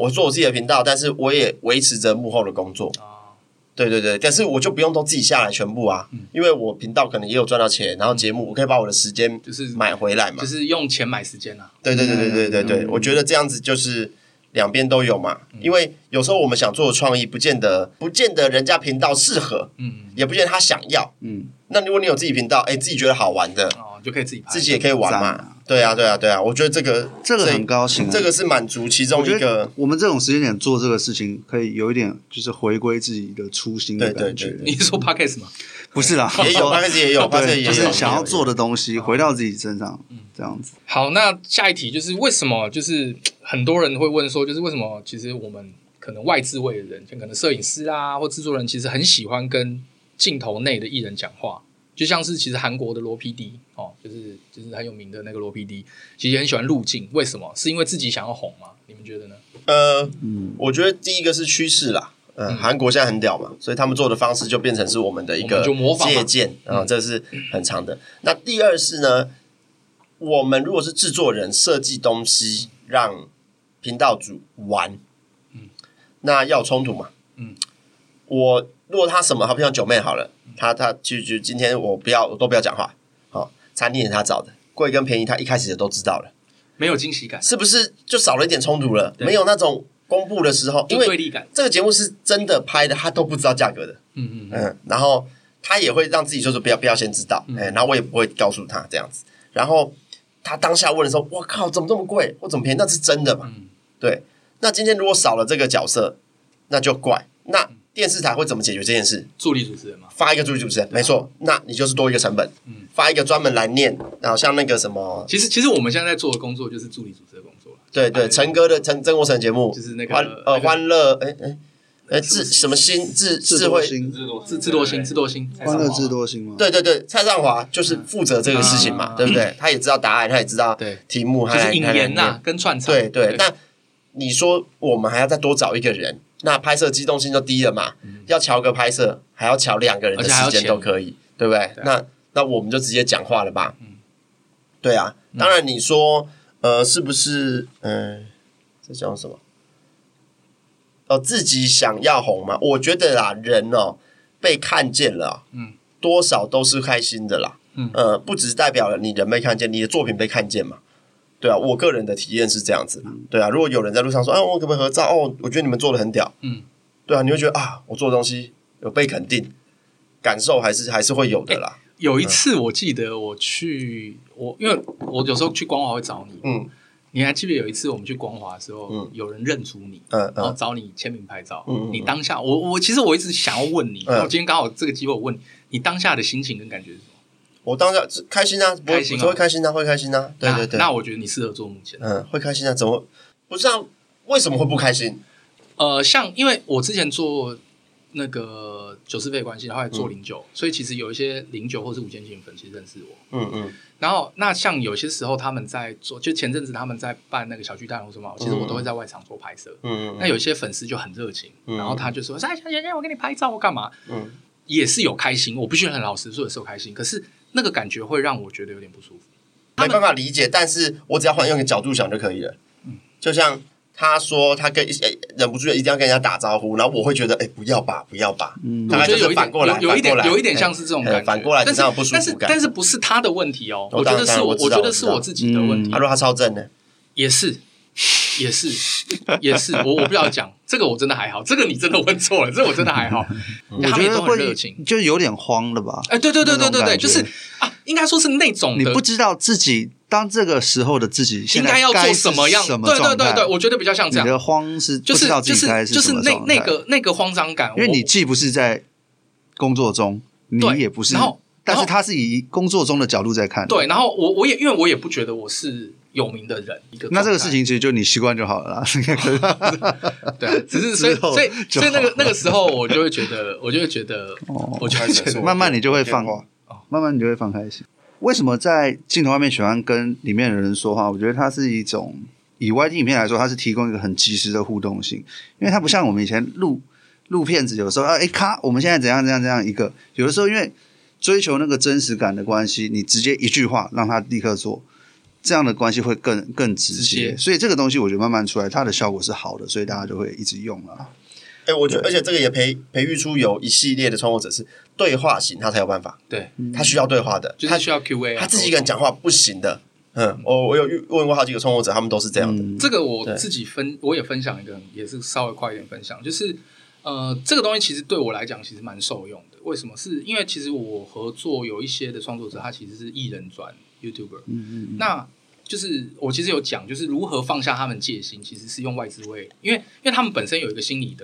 B: 我做我自己的频道，但是我也维持着幕后的工作。
A: 啊，嗯
B: 对对对，但是我就不用都自己下来全部啊，因为我频道可能也有赚到钱，然后节目我可以把我的时间
A: 嗯就是
B: 买回来嘛
A: 就。是用钱买时间啊，
B: 对对对对对对对，
C: 嗯
B: 我觉得这样子就是。两边都有嘛，
A: 嗯
B: 因为有时候我们想做的创意，不见得不见得人家频道适合，
A: 嗯，
B: 也不见得他想要。
C: 嗯，
B: 那如果你有自己频道，哎，自己觉得好玩的，
A: 哦，就可以自己拍，
B: 自己也可以玩
C: 赞啊
B: 嘛。对啊，对啊，对啊，我觉得这个
C: 这个很高兴啊。
B: 这个是满足其中
C: 我觉
B: 一
C: 得
B: 个，
C: 我们这种时间点做这个事情，可以有一点就是回归自己的初心的
B: 对对
C: 感觉。
B: 对
A: 你是说 podcast 吗？
C: 不是 啦，
B: 也 有，
C: 说
B: 刚开始也有，发现
C: 对，
B: 也
C: 就
B: 有，
C: 是想要
B: 也有
C: 做的东西回到自己身上，
A: 嗯
C: 这样子。
A: 好，那下一题就是为什么就是很多人会问说，就是为什么其实我们可能外置位的人，就可能摄影师啊或制作人，其实很喜欢跟镜头内的艺人讲话，就像是其实韩国的罗 PD 哦，就是就是很有名的那个罗 PD，其实也很喜欢入镜，为什么？是因为自己想要红吗？你们觉得呢？
B: 呃，
C: 嗯，
B: 我觉得第一个是趋势啦。嗯，
A: 嗯
B: 韩国现在很屌嘛，所以他们做的方式就变成是我们的一
A: 我
B: 个
A: 们就模仿嘛
B: 借鉴啊、
A: 嗯
B: 这是很长的。那第二是呢，我们如果是制作人设计东西让频道主玩，那要有冲突嘛，
A: 嗯，
B: 我如果他什么，好比像九妹好了，他他就就今天我不要，我都不要讲话，好、餐厅也是他找的，贵跟便宜他一开始也都知道了，
A: 没有惊喜感，
B: 是不是就少了一点冲突了？
A: 对
B: 没有那种公布的时候，
A: 就
B: 因为
A: 对立感，
B: 这个节目是真的拍的，他都不知道价格的，
A: 嗯嗯嗯，
B: 嗯，然后他也会让自己就是不要不要先知道，哎、
A: 嗯
B: 然后我也不会告诉他这样子，然后他当下问的时候，我靠，怎么这么贵？我怎么便宜？那是真的嘛？
A: 嗯
B: 对，那今天如果少了这个角色，那就怪那。电视台会怎么解决这件事？
A: 助理主持人嘛，
B: 发一个助理主持人，没错，那你就是多一个成本。
A: 嗯
B: 发一个专门来念，然后像那个什么，
A: 其实其实我们现在在做的工作就是助理主持的工作了，
B: 对对，陈哥的陈曾国成节目，
A: 哎就是那个
B: 欢
A: 那
B: 呃
A: 个
B: 欢乐，哎哎哎智什么新智智慧，
C: 星，
D: 智多
A: 智智多星，智多星，
B: 嗯
C: 欢乐智多星吗？
B: 对对对，蔡尚华就是负责这个事情嘛，
A: 嗯
B: 对不对？他也知道答案，他也知道
A: 对
B: 题目，他
A: 就是
B: 来
A: 引
B: 他来
A: 言呐、
B: 念
A: 跟串场，
B: 嗯对对，那你说我们还要再多找一个人，那拍摄机动性就低了嘛？要调个拍摄，还要调两个人的
A: 嗯而且还
B: 时
A: 要
B: 间
A: 钱
B: 都可以，对不对？
A: 对啊
B: 那那我们就直接讲话了吧
A: 嗯？
B: 对啊，当然你说呃，是不是嗯，这叫什么？哦，自己想要红嘛？我觉得啦，人哦被看见了哦，
A: 嗯
B: 多少都是开心的啦。
A: 嗯
B: 呃，不只是代表了你人被看见，你的作品被看见嘛。对啊，我个人的体验是这样子啦。
A: 嗯
B: 对啊，如果有人在路上说：“啊，我可不可以合照？”哦，我觉得你们做的很屌。
A: 嗯，
B: 对啊，你会觉得啊，我做的东西有被肯定，感受还是还是会有的啦。
A: 有一次我记得我去我因为我有时候去光华会找你，
B: 嗯
A: 你还记不记得有一次我们去光华的时候，
B: 嗯
A: 有人认出你，
B: 嗯
A: 然后
B: 嗯
A: 找你签名拍照，
B: 嗯嗯嗯
A: 你当下我我其实我一直想要问你，
B: 嗯
A: 我今天刚好这个机会我问你，你当下的心情跟感觉是什么？
B: 我当下是开心啊，不会
A: 开心啊
B: 不会开心啊，会开心啊。对
A: 那
B: 对对，
A: 那我觉得你适合做幕前。
B: 嗯，会开心啊，怎么不知道为什么会不开心？
A: 呃，像因为我之前做那个九四杯的关系，后来做
B: 嗯
A: 零九、所以其实有一些零九或是五千金粉其实认识我，
B: 嗯嗯
A: 然后，那像有些时候他们在做，就前阵子他们在办那个小巨蛋红什么，其实我都会在外场做拍摄。
B: 嗯
A: 那
B: 嗯
A: 哎有些粉丝就很热情，
B: 嗯
A: 然后他就说：“哎，小姐姐，我给你拍照，我干嘛
B: 嗯，？”
A: 也是有开心，我必须很老实说，也是有开心。可是那个感觉会让我觉得有点不舒服。
B: 没办法理解，但是我只要换用一个角度想就可以了。
A: 嗯
B: 就像他说他跟诶忍不住一定要跟人家打招呼，然后我会觉得哎、不要吧，不要吧，
C: 嗯
B: 大
A: 我
B: 概
A: 觉
B: 就
A: 得有
B: 是
A: 一
B: 反
A: 点
B: 过来，，
A: 有有一
B: 反过
A: 点，
B: 来
A: 有一点像是这种
B: 哎
A: 感觉。
B: 反过来
A: 但是
B: 你知道不舒
A: 但
B: 服
A: 是
B: 感
A: 但是不是他的问题哦？
B: 我
A: 我
B: 当
A: 觉
B: 然
A: 得是
B: 我知道
A: 我觉得
B: 我知
A: 是
B: 道
A: 我自己的问题
B: 他。说他超正的，
A: 也是，也是，也是，我我不要讲这个，我真的还好，这个你真的问错了，这个我真的还好，
C: 我
A: 他
C: 觉
A: 们也
C: 得
A: 都很
C: 会
A: 热情。
C: 就有点慌了吧？
A: 哎，对对对对对
C: 那种
A: 对，
C: 感觉
A: 就是啊，应该说是那种
C: 你
A: 的
C: 不知道自己当这个时候的自己
A: 嗯应
C: 现在
A: 该要做
C: 该
A: 什么样，
C: 是
A: 对
C: 什么
A: 对
C: 状
A: 对
C: 态
A: 对，我觉得比较像这样，
C: 你的慌是
A: 就
C: 不知道自
A: 就
C: 己该
A: 是就
C: 什
A: 是
C: 么
A: 那
C: 状态
A: 那，个那个慌张感，
C: 因为
A: 我
C: 你既不是在工作中，你
A: 对
C: 也不是
A: 然后，
C: 但
A: 然
C: 是
A: 后
C: 他是以工作中的角度在看。
A: 对，，然后我我也因为我也不觉得我是有名的人，一个
C: 那这
A: 状
C: 个
A: 态
C: 事情其实就你习惯就好 了啦。
A: 对啊，只是所以
C: 之后
A: 所以
C: 就
A: 所以那
C: 好哦
A: 个那个时候我就会觉得，我就会觉得，我就会觉 得
C: 慢慢你就会放
B: 我
A: 哦
C: 慢慢你就会放开心。为什么在镜头外面喜欢跟里面的人说话？我觉得它是一种以 YT 影片来说，它是提供一个很及时的互动性，因为它不像我们以前录录片子，有时候啊，哎咔，我们现在怎样怎样怎样一个，有的时候因为追求那个真实感的关系，你直接一句话让他立刻做。这样的关系会更更直接，
A: 直接
C: 所以这个东西我觉得慢慢出来，它的效果是好的，所以大家就会一直用了。
B: 哎、我觉得而且这个也培培育出有一系列的创作者是对话型，他才有办法，
A: 对，
B: 他需要对话的，
A: 就是
B: 他
A: 需要 Q A 啊，
B: 他自己一个人讲话不行的。嗯，我我有遇问过好几个创作者，他们都是这样的。
C: 嗯，
A: 这个我
B: 对
A: 自己分，我也分享一个，也是稍微快一点分享，就是呃，这个东西其实对我来讲其实蛮受用的。为什么？是因为其实我合作有一些的创作者，他其实是艺人转 YouTuber，、
C: 嗯嗯
A: 那就是我其实有讲，就是如何放下他们戒心，其实是用外资位，因为因为他们本身有一个心理的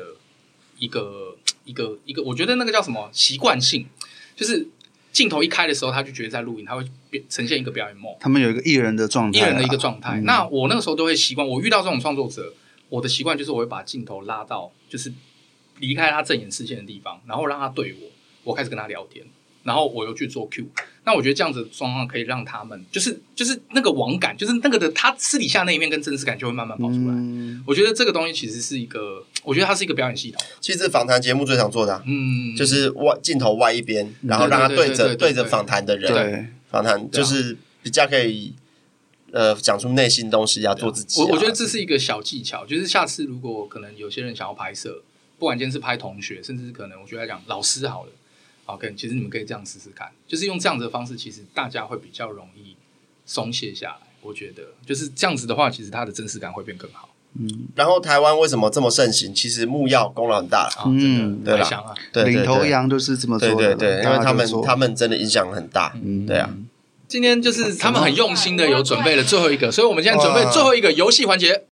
A: 一个一个一个，我觉得那个叫什么习惯性。就是镜头一开的时候，他就觉得在录影，他会变呈现一个表演梦。
C: 他们有一个艺人的状态
A: 一
C: 啊，
A: 人的一个状态。
C: 嗯
A: 那我那个时候都会习惯，我遇到这种创作者，我的习惯就是我会把镜头拉到就是离开他正眼视线的地方，然后让他对我，我开始跟他聊天，然后我又去做 Q。那我觉得这样子的状况可以让他们，就是就是那个网感，就是那个的他私底下那一面跟真实感就会慢慢跑出来。
C: 嗯
A: 我觉得这个东西其实是一个，我觉得它是一个表演系统。
B: 其实访谈节目最常做的啊、
A: 嗯，
B: 就是外镜头歪一边，然后让他
A: 对
B: 对着
A: 对对对
B: 对着访谈的人，
C: 对，
B: 访谈就是比较可以呃讲出内心东西啊，做自己啊。
A: 我我觉得这是一个小技巧，就是下次如果可能有些人想要拍摄，不管今天是拍同学，甚至是可能我觉得来讲老师好了，好，可能其实你们可以这样试试看，就是用这样子的方式，其实大家会比较容易松懈下来。我觉得就是这样子的话，其实它的真实感会变更好
B: 然后台湾为什么这么盛行？其实木曜功劳很大啦，
A: 啊，
C: 嗯
A: 真的
B: 对啦
A: 白香啊，
B: 对对对
C: 领头羊就是这么做
B: 对
C: 的
B: 对
C: 了，
B: 对，因为他们
C: 大家就嗯做
B: 他们真的影响很大，
C: 嗯
B: 对啊，
A: 今天就是他们很用心的有准备了最后一个，所以我们现在准备最后一个游戏环节。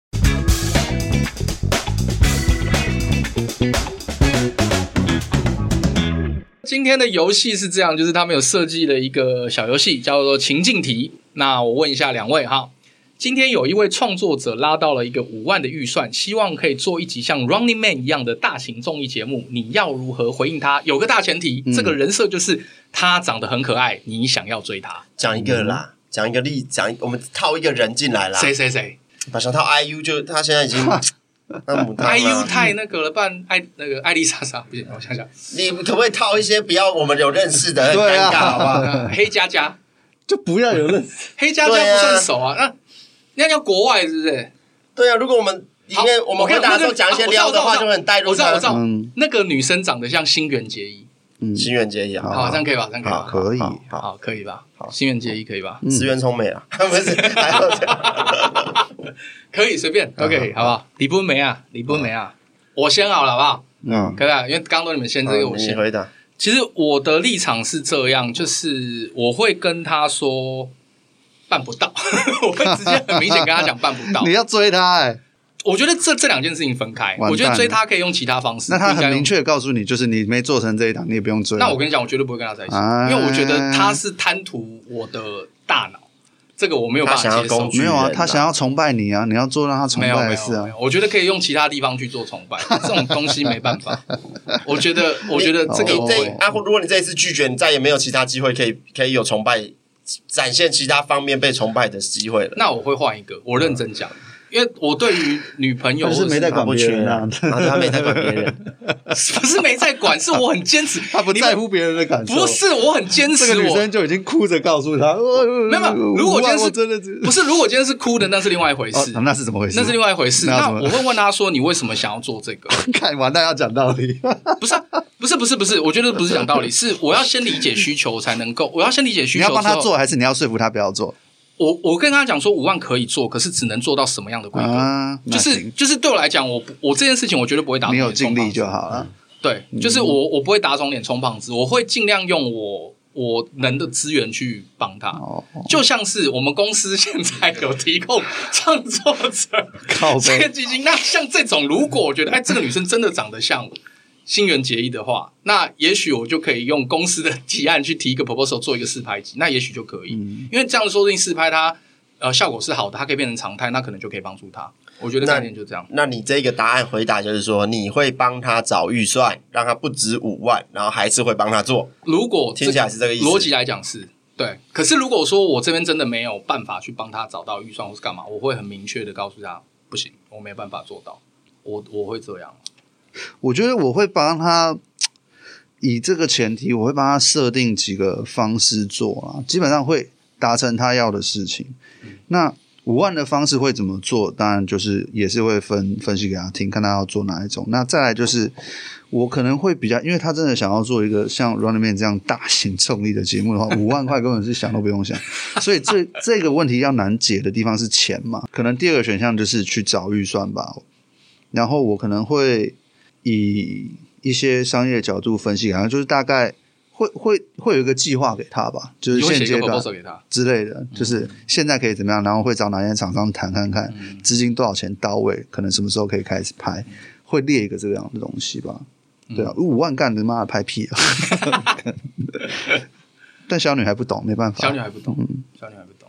A: 今天的游戏是这样，就是他们有设计了一个小游戏，叫做情境题。那我问一下两位哈，今天有一位创作者拉到了一个五万的预算，希望可以做一集像《Running Man》一样的大型综艺节目，你要如何回应他？有个大前提，
C: 嗯
A: 这个人设就是他长得很可爱，你想要追他。
B: 讲一个啦。讲一个例，讲一我们套一个人进来啦，
A: 嗯谁谁谁
B: 马上套 IU 就他现在已经那母汤啦
A: ，IU 太那个了，不然艾那个艾丽莎莎不行，我想想，
B: 你可不可以套一些不要我们有认识的，很
C: 对
B: 尴
C: 啊
B: 尬 好不好？
A: 呃黑佳佳，
C: 就不要有认识，
A: 黑佳佳
B: 对啊
A: 不算熟啊，那那要国外是不是？
B: 对啊，如果我们里面
A: 好
B: 我们
A: 我看
B: 回答的时
A: 那
B: 候
A: 个
B: 讲一些
A: 啊我知道
B: 撩的
A: 我
B: 话，
A: 知道
B: 就很带入
A: 我知道
B: 他
A: 我知道
C: 嗯
A: 那个女生长得像新垣结衣，
C: 嗯，
B: 心愿结义啊，
A: 好，这样可以吧？这样可以吧？
C: 可以，
B: 好好，
A: 好，可以吧？新垣结衣可以吧？
B: 石原聪美啊， 不是，还要
A: 嗯
B: 这样
A: 可以随
B: 嗯
A: 便都可以，好不好？李不梅啊，李不梅啊，我先好了，好不好？
C: 嗯
A: 可以吧？因为刚刚都你们先，这个我
B: 嗯你
A: 先。
B: 回答，
A: 其实我的立场是这样，就是我会跟他说办不到， 我会直接很明显跟他讲办不到
C: 你。要追他哎，
A: 我觉得这这两件事情分开，
C: 完蛋了
A: 我觉得追他可以用其他方式，
C: 那他
A: 不应该
C: 很
A: 用
C: 明。确告诉你，就是你没做成这一档，你也不用追。
A: 那我跟你讲，我绝对不会跟他在一起，
C: 啊
A: 因为我觉得他是贪图我的大脑，这个我没有办
B: 他想
A: 法
B: 要
A: 接受
B: 工。具
C: 没有啊，
B: 人啊
C: 他想要崇拜你啊，你要做让他崇
A: 没有没
C: 拜的
A: 有
C: 事
A: 没
C: 啊
A: 有，。我觉得可以用其他地方去做崇拜，这种东西没办法。我觉 得，我觉得哦这个
B: 你
C: 哦
A: 我
B: 这
A: 会
B: 啊，如果你这一次拒绝，你再也没有其他机会可以可以有崇拜，展现其他方面被崇拜的机会了。
A: 那我会换一个，我认真讲，因为我对于女朋友
C: 他是
A: 或者
C: 没在管
B: 不
C: 别
B: 缺
C: 人啊
B: 啊，，对他没在管别人，
A: 不是没在管，是我很坚持，
C: 他不在
A: 你们。
C: 乎别人的感受。
A: 不是，我很坚持
C: 这个女
A: 我。
C: 生呃就已经哭着告诉他，哦没
A: 没有没有，如果今天是
C: 真的只
A: 不是，如果今天是哭的，那是另外一回
C: 哦
A: 事，，
C: 那是怎么回事？
A: 那是另 外一回事。
C: 那要
A: 那我
C: 怎么
A: 会问他说：“你为什么想要做这 个
C: 看完蛋要讲道理，？”
A: 不是啊，不是，不是，不是，我觉得不是讲道理，是我要先理解需求才能够，我要先理解需
C: 你
A: 求。
C: 要帮他做，。还是你要说服他不要做
A: 我我跟他讲说，五万可以做，可是只能做到什么样的规格？
C: 啊？那
A: 就是
C: 行
A: 就是对我来讲，我不我这件事情我绝对不会打肿
C: 你有
A: 脸充
C: 尽
A: 胖
C: 力
A: 子
C: 就好嗯了。
A: 嗯对，就是我我不会打肿脸充胖子，我会尽量用我我能的资源去帮他。
C: 哦，
A: 就像是我们公司现在有提供创作者
C: 靠
A: 这个
C: 背，
A: 基金，那像这种，如果我觉得哎，这个女生真的长得像新垣结衣的话，那也许我就可以用公司的提案去提一个 proposal 做一个试拍集，那也许就可以，
B: 嗯
A: 因为这样说不定试拍它呃效果是好的，它可以变成常态，那可能就可以帮助她。我觉得概念就这样。
B: 那你这个答案回答就是说，你会帮他找预算，让他不止五万，然后还是会帮他做。
A: 如果
B: 听起来是这个意思
A: 逻辑来讲是对。可是如果说我这边真的没有办法去帮他找到预算或是干嘛，我会很明确的告诉他，不行，我没有办法做到，我我会这样。
C: 我觉得我会帮他。以这个前提，我会帮他设定几个方式做啊，基本上会达成他要的事情。那五万的方式会怎么做？当然就是也是会分分析给他听，看他要做哪一种。那再来就是，我可能会比较，因为他真的想要做一个像《Running Man》这样大型综艺的 节目的话，五万块根本是想都不用想。所以这这个问题要难解的地方是钱嘛？可能第二个选项就是去找预算吧。然后我可能会以一些商业角度分析给他，然后就是大概会会会有一个计划给他吧，就
A: 你
C: 是
A: 会写
C: 现
A: 一个
C: 阶段
A: proposal 给他，
C: 之类的，就是现在可以怎么样，然后会找哪些厂商谈看看，
A: 嗯
C: 资金多少钱到位，可能什么时候可以开始拍，会列一个这样的东西吧。
A: 嗯
C: 对啊，五万干你妈的拍屁 啊！但小女孩不懂，没办法，
A: 小女孩不懂
C: 嗯
A: 小女孩不懂。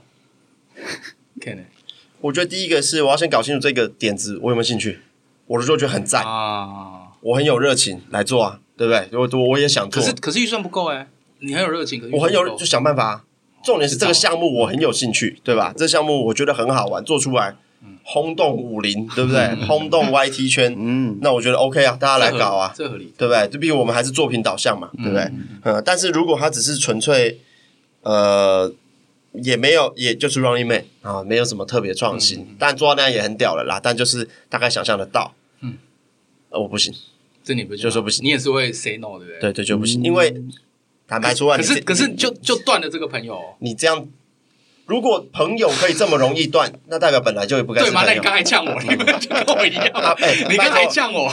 A: Ken 呢
B: 我觉得第一个是我要先搞清楚这个点子我有没有兴趣，我的就觉得很赞，
A: 啊，
B: 我很有热情来做啊，对不对？我我我也想
A: 可
B: 做，
A: 是可是预算不够哎，你很有热情，可是预
B: 我
A: 算
B: 很
A: 不够
B: 有就想办法、啊。重点是这个项目我很有兴趣，对
A: 嗯
B: 吧？这项目我觉得很好玩，做出来轰动武林，对不
A: 嗯
B: 对？轰动 YT 圈，
C: 嗯，
B: 那我觉得 OK 啊，大家来搞啊，
A: 这合理，
B: 对不对？就毕竟我们还是作品导向嘛，对
A: 这合
B: 不
A: 理
B: 对？？呃，但是如果他只是纯粹，呃，也没有，也就是 Running Man 啊，没有什么特别创新，但做到那样也很屌了啦。但就是大概想象得到，
A: 嗯
B: 呃，我不行，
A: 这你不
B: 就说不行
A: 你也是会 say no 对不对？
B: 对对，就不行，因为坦白说啊，
A: 嗯可
B: 你
A: 是
B: 这
A: 可是
B: 你
A: 就就断了这个朋友哦，
B: 你这样，如果朋友可以这么容易断， 那代表本来就不该
A: 对
B: 是
A: 嘛？
B: 朋
A: 那你
B: 友嗯
A: 刚才呛我，你们就跟我一样
B: 啊哎，
A: 你刚
B: 拜
A: 才
B: 托
A: 呛我，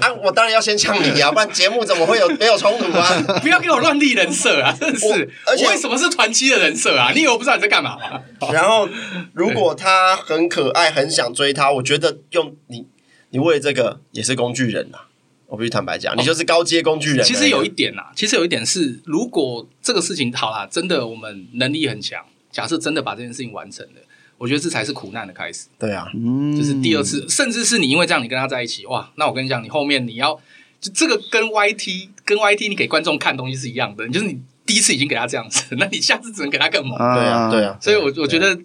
B: 啊！我当然要先呛你啊，不然节目怎么会有没有冲突啊？
A: 不要给我乱立人设啊！真的是，
B: 我而且
A: 我为什么是团期的人设啊？你以为我不知道你在干嘛吗？
B: 然后，如果他很可爱，很想追他，我觉得用你，你为了这个也是工具人啊。我必须坦白讲，你就是高阶工具人而已啊。
A: 其实有一点啦，其实有一点是，如果这个事情好啦，真的我们能力很强，假设真的把这件事情完成了，我觉得这才是苦难的开始，
B: 对啊，
C: 嗯
A: 就是第二次，甚至是你因为这样你跟他在一起，哇，那我跟你讲，你后面你要就这个跟 YT 跟 YT 你给观众看东西是一样的，就是你第一次已经给他这样子， 那你下次只能给他更猛。
C: 啊
B: 对啊，对。啊。
A: 所以我我觉得，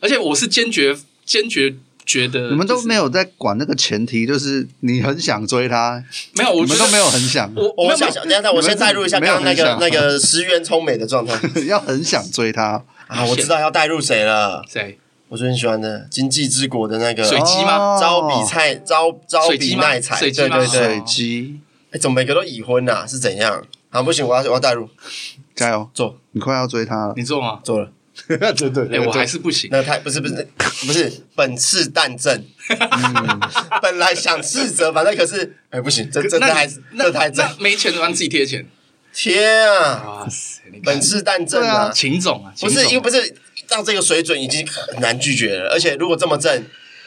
A: 而且我是坚决坚决觉得、
C: 你们都没
A: 有
C: 有在管那个前提，就是你很想追她，
A: 没有，我
C: 你们
A: 觉
C: 都
A: 得
C: 没有很想，
A: 我
B: 我
A: 没有
B: 想想，等一下，等一下我先带入一下
C: 没有
B: 刚刚那个
C: 很
B: 那
C: 想
B: 个石原聪美的状态
C: 要很想追她。
B: 啊，我知道要带入谁了。
A: 谁
B: 我最近喜欢的《经济之国》的那个
A: 水鸡吗
C: 哦
B: 招比菜招招
A: 水
B: 比
A: 鸡吗
B: 奈彩，
A: 水
B: 对
A: 鸡
B: 对
A: 吗
B: 对
C: 水，鸡，
B: 哎，怎么每个都已婚啊？是怎样？啊，不行，我要我要带入，
C: 加油！
B: 做
C: 你快要追她 了。
A: 你做吗？
B: 做了，对对
A: 哎、我还是不行。
B: 那太不是不是不是本次蛋正，本来想斥责，反正可是哎、不行，这 这这
A: 那
B: 太
A: 那
B: 这太正，
A: 那没钱的让自己贴钱。
B: 天 啊，
A: 哇塞，你看
B: 本次蛋正
C: 对
B: 啊
C: 啊，
A: 秦总啊，
B: 不是因为
A: 秦
B: 不是到这个水准已经很难拒绝了，而且如果这么正，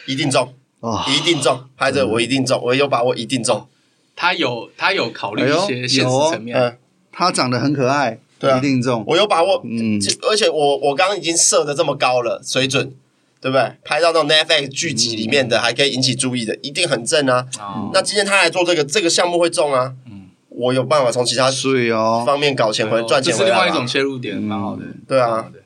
B: 一定中，
C: 哦，
B: 一定中，拍着我一定中，我有把握一定中，
A: 他有他有考虑
C: 哎
A: 一
C: 呦
A: 些现
C: 有
A: 实
C: 哦
A: 层面，
B: 嗯，
C: 她长得很可爱，
B: 对啊
C: 一定中。
B: 我有把握，
C: 嗯
B: 其而且我我刚刚已经设的这么高了水准。对不对？拍到那种 Netflix 剧集里面的，还可以引起注意的，一定很正啊！
A: 哦
B: 那今天他来做这个这个项目会中啊，
A: 嗯
B: 我有办法从其他
C: 所以哦，
B: 方面搞钱回
A: 哦
B: 赚
A: 这
B: 钱
A: 是
B: 回
A: 另
B: 来
A: 外一种
B: 吧，
A: 切入点，蛮好的。
B: 对
A: 蛮好
B: 啊，
A: 的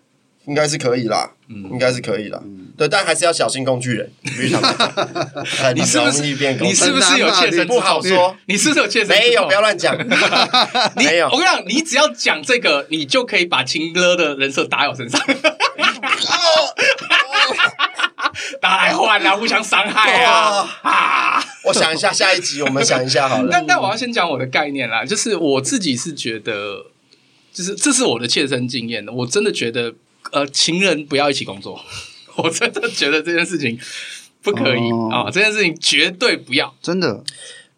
B: 应该是可以啦，应
A: 嗯，
B: 该是可以啦，对，但还是要小心工 具人，非常很
A: 你是不是
B: 容易变工
A: 你
B: 具
A: 是
B: 人，
A: 不是有切身之
B: 不好
A: 痛？
B: 说，
A: 你是不是有切身之
B: 没有，
A: 痛
B: 不要乱 讲，
A: 你哦
B: 没有
A: 我跟你讲，你只要讲这个，你就可以把秦哥的人设打在我 身上，打来换啊，互相伤害啊啊！
B: 我想一下，下一集我们想一下好了，
A: 那那我要先讲我的概念啦，就是我自己是觉得，就是这是我的切身经验的，我真的觉得，呃，情人不要一起工作， 我真的觉得这件事情不可以啊、
C: 哦
A: 这件事情绝对不要，
C: 真的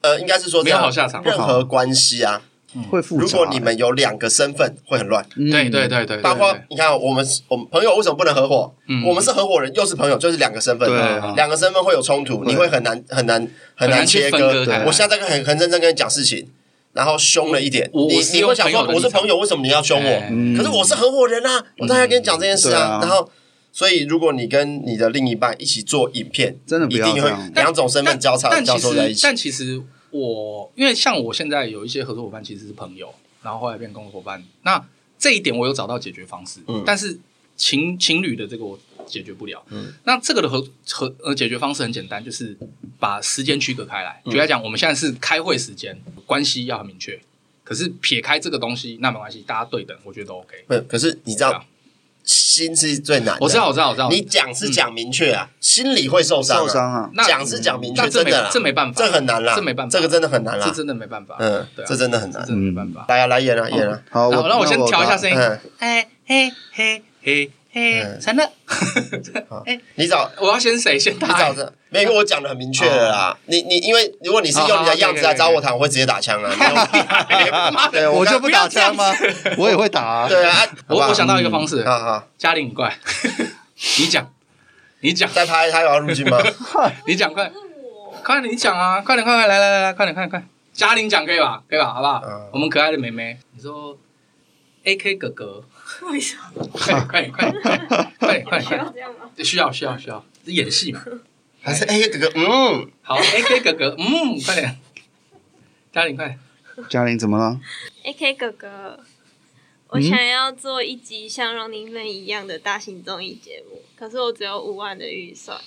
B: 呃，应该是说这
A: 没有好
B: 样
A: 下场，
B: 任何关系啊，
C: 会复杂。
B: 如果你们有两个身份会很乱，
C: 嗯
A: 对对，对对对，
B: 包括
A: 对
B: 你看我们我们朋友为什么不能合伙
A: 嗯？
B: 我们是合伙人，又是朋友，就是两个身份，
C: 对
A: 啊
B: 两个身份会有冲突，
C: 对
B: 你会很难很难很
A: 难
B: 难
A: 去
B: 切
A: 分
B: 割
A: 割开来。
B: 我现在在跟很很认真跟你讲事情，然后凶了一点，
A: 我
B: 你
A: 我是
B: 你
A: 用
B: 会想说
A: 朋友的立
B: 我是
A: 场哎嗯
B: 朋友，为什么你要凶我？
C: 嗯
B: 可是我是合伙人啊，我当然要跟你讲这件事啊。
C: 对啊
B: 然后，所以如果你跟你的另一半一起做影片，
C: 真的不
B: 一
C: 要
B: 定会
C: 这样
B: 两种身份交叉
A: 但
B: 交
A: 其
B: 错在一
A: 实，
B: 起。
A: 但其实我因为像我现在有一些合作伙伴其实是朋友，然后后来变工作伙伴，那这一点我有找到解决方式，
B: 嗯
A: 但是情情侣的这个我解决不了。
B: 嗯
A: 那这个的合合呃解决方式很简单，就是把时间区隔开来。
B: 嗯
A: 举例来讲，我们现在是开会时间，关系要很明确。可是撇开这个东西，那没关系，大家对等，我觉得都 OK。
B: 不，可是你知
A: 对
B: 道
A: 啊，
B: 心是最难的。
A: 我知道，我知道，我知嗯道。
B: 你讲是讲明确啊，心里会受伤啊。
C: 受伤啊，
A: 那
B: 讲是讲明确，
A: 那这
B: 真
A: 没
B: 的啦，
A: 这没办法
B: 这很难啦，
A: 这没办法
B: 这个真的很难啦
A: 这，真的没办法，
B: 嗯
A: 对啊，
B: 这真的很难
A: 这。真的没办法。
B: 来啊，来演啊，演啊，
C: 好，
A: 好，那我先调一下声音。
B: 嗯，
A: 哦哎嘿嘿嘿嘿，
B: 嗯
A: 成了。 哎
B: 你找
A: 我要先谁先
B: 你找
A: 打？
B: 这，没有，因为我讲的很明确了
A: 哦
B: 啦。你你因为如果你是用你的样子
A: 好好
B: 来
A: 好
B: 找我谈，我会直接打枪啊。
A: 妈
B: 对
A: 的！
C: 我
B: 我
C: 就
B: 刚
C: 不打枪吗
A: 不要？
C: 我也会打啊。
B: 对啊，
A: 我我想到一个方式，
B: 啊哈，
A: 嘉玲你过来， 你讲，你 讲，
B: 再拍他有要入镜吗？
A: 你讲，快，快点，你讲啊，快点，快快来来来来，快点，快点，快点，嘉玲讲可以吧？可以吧？好不好？
B: 嗯
A: 我们可爱的妹妹，你说 A K 哥哥，
E: 为什么
A: 快点快点快点 快点快
E: 需要
A: 点，
E: 这样吗？
A: 需要需要需要，这演戏嘛。
B: 还是哎哥哥，嗯，
A: 好，A K 哥哥，嗯，快点，嘉玲快点，
C: 嘉玲怎么了？
E: A K 哥哥，我
C: 嗯
E: 想要做一集像 Running Man 一样的大型综艺节目，可是我只有五万的预算，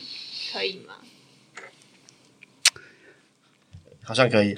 E: 可以吗？
B: 好 像可以。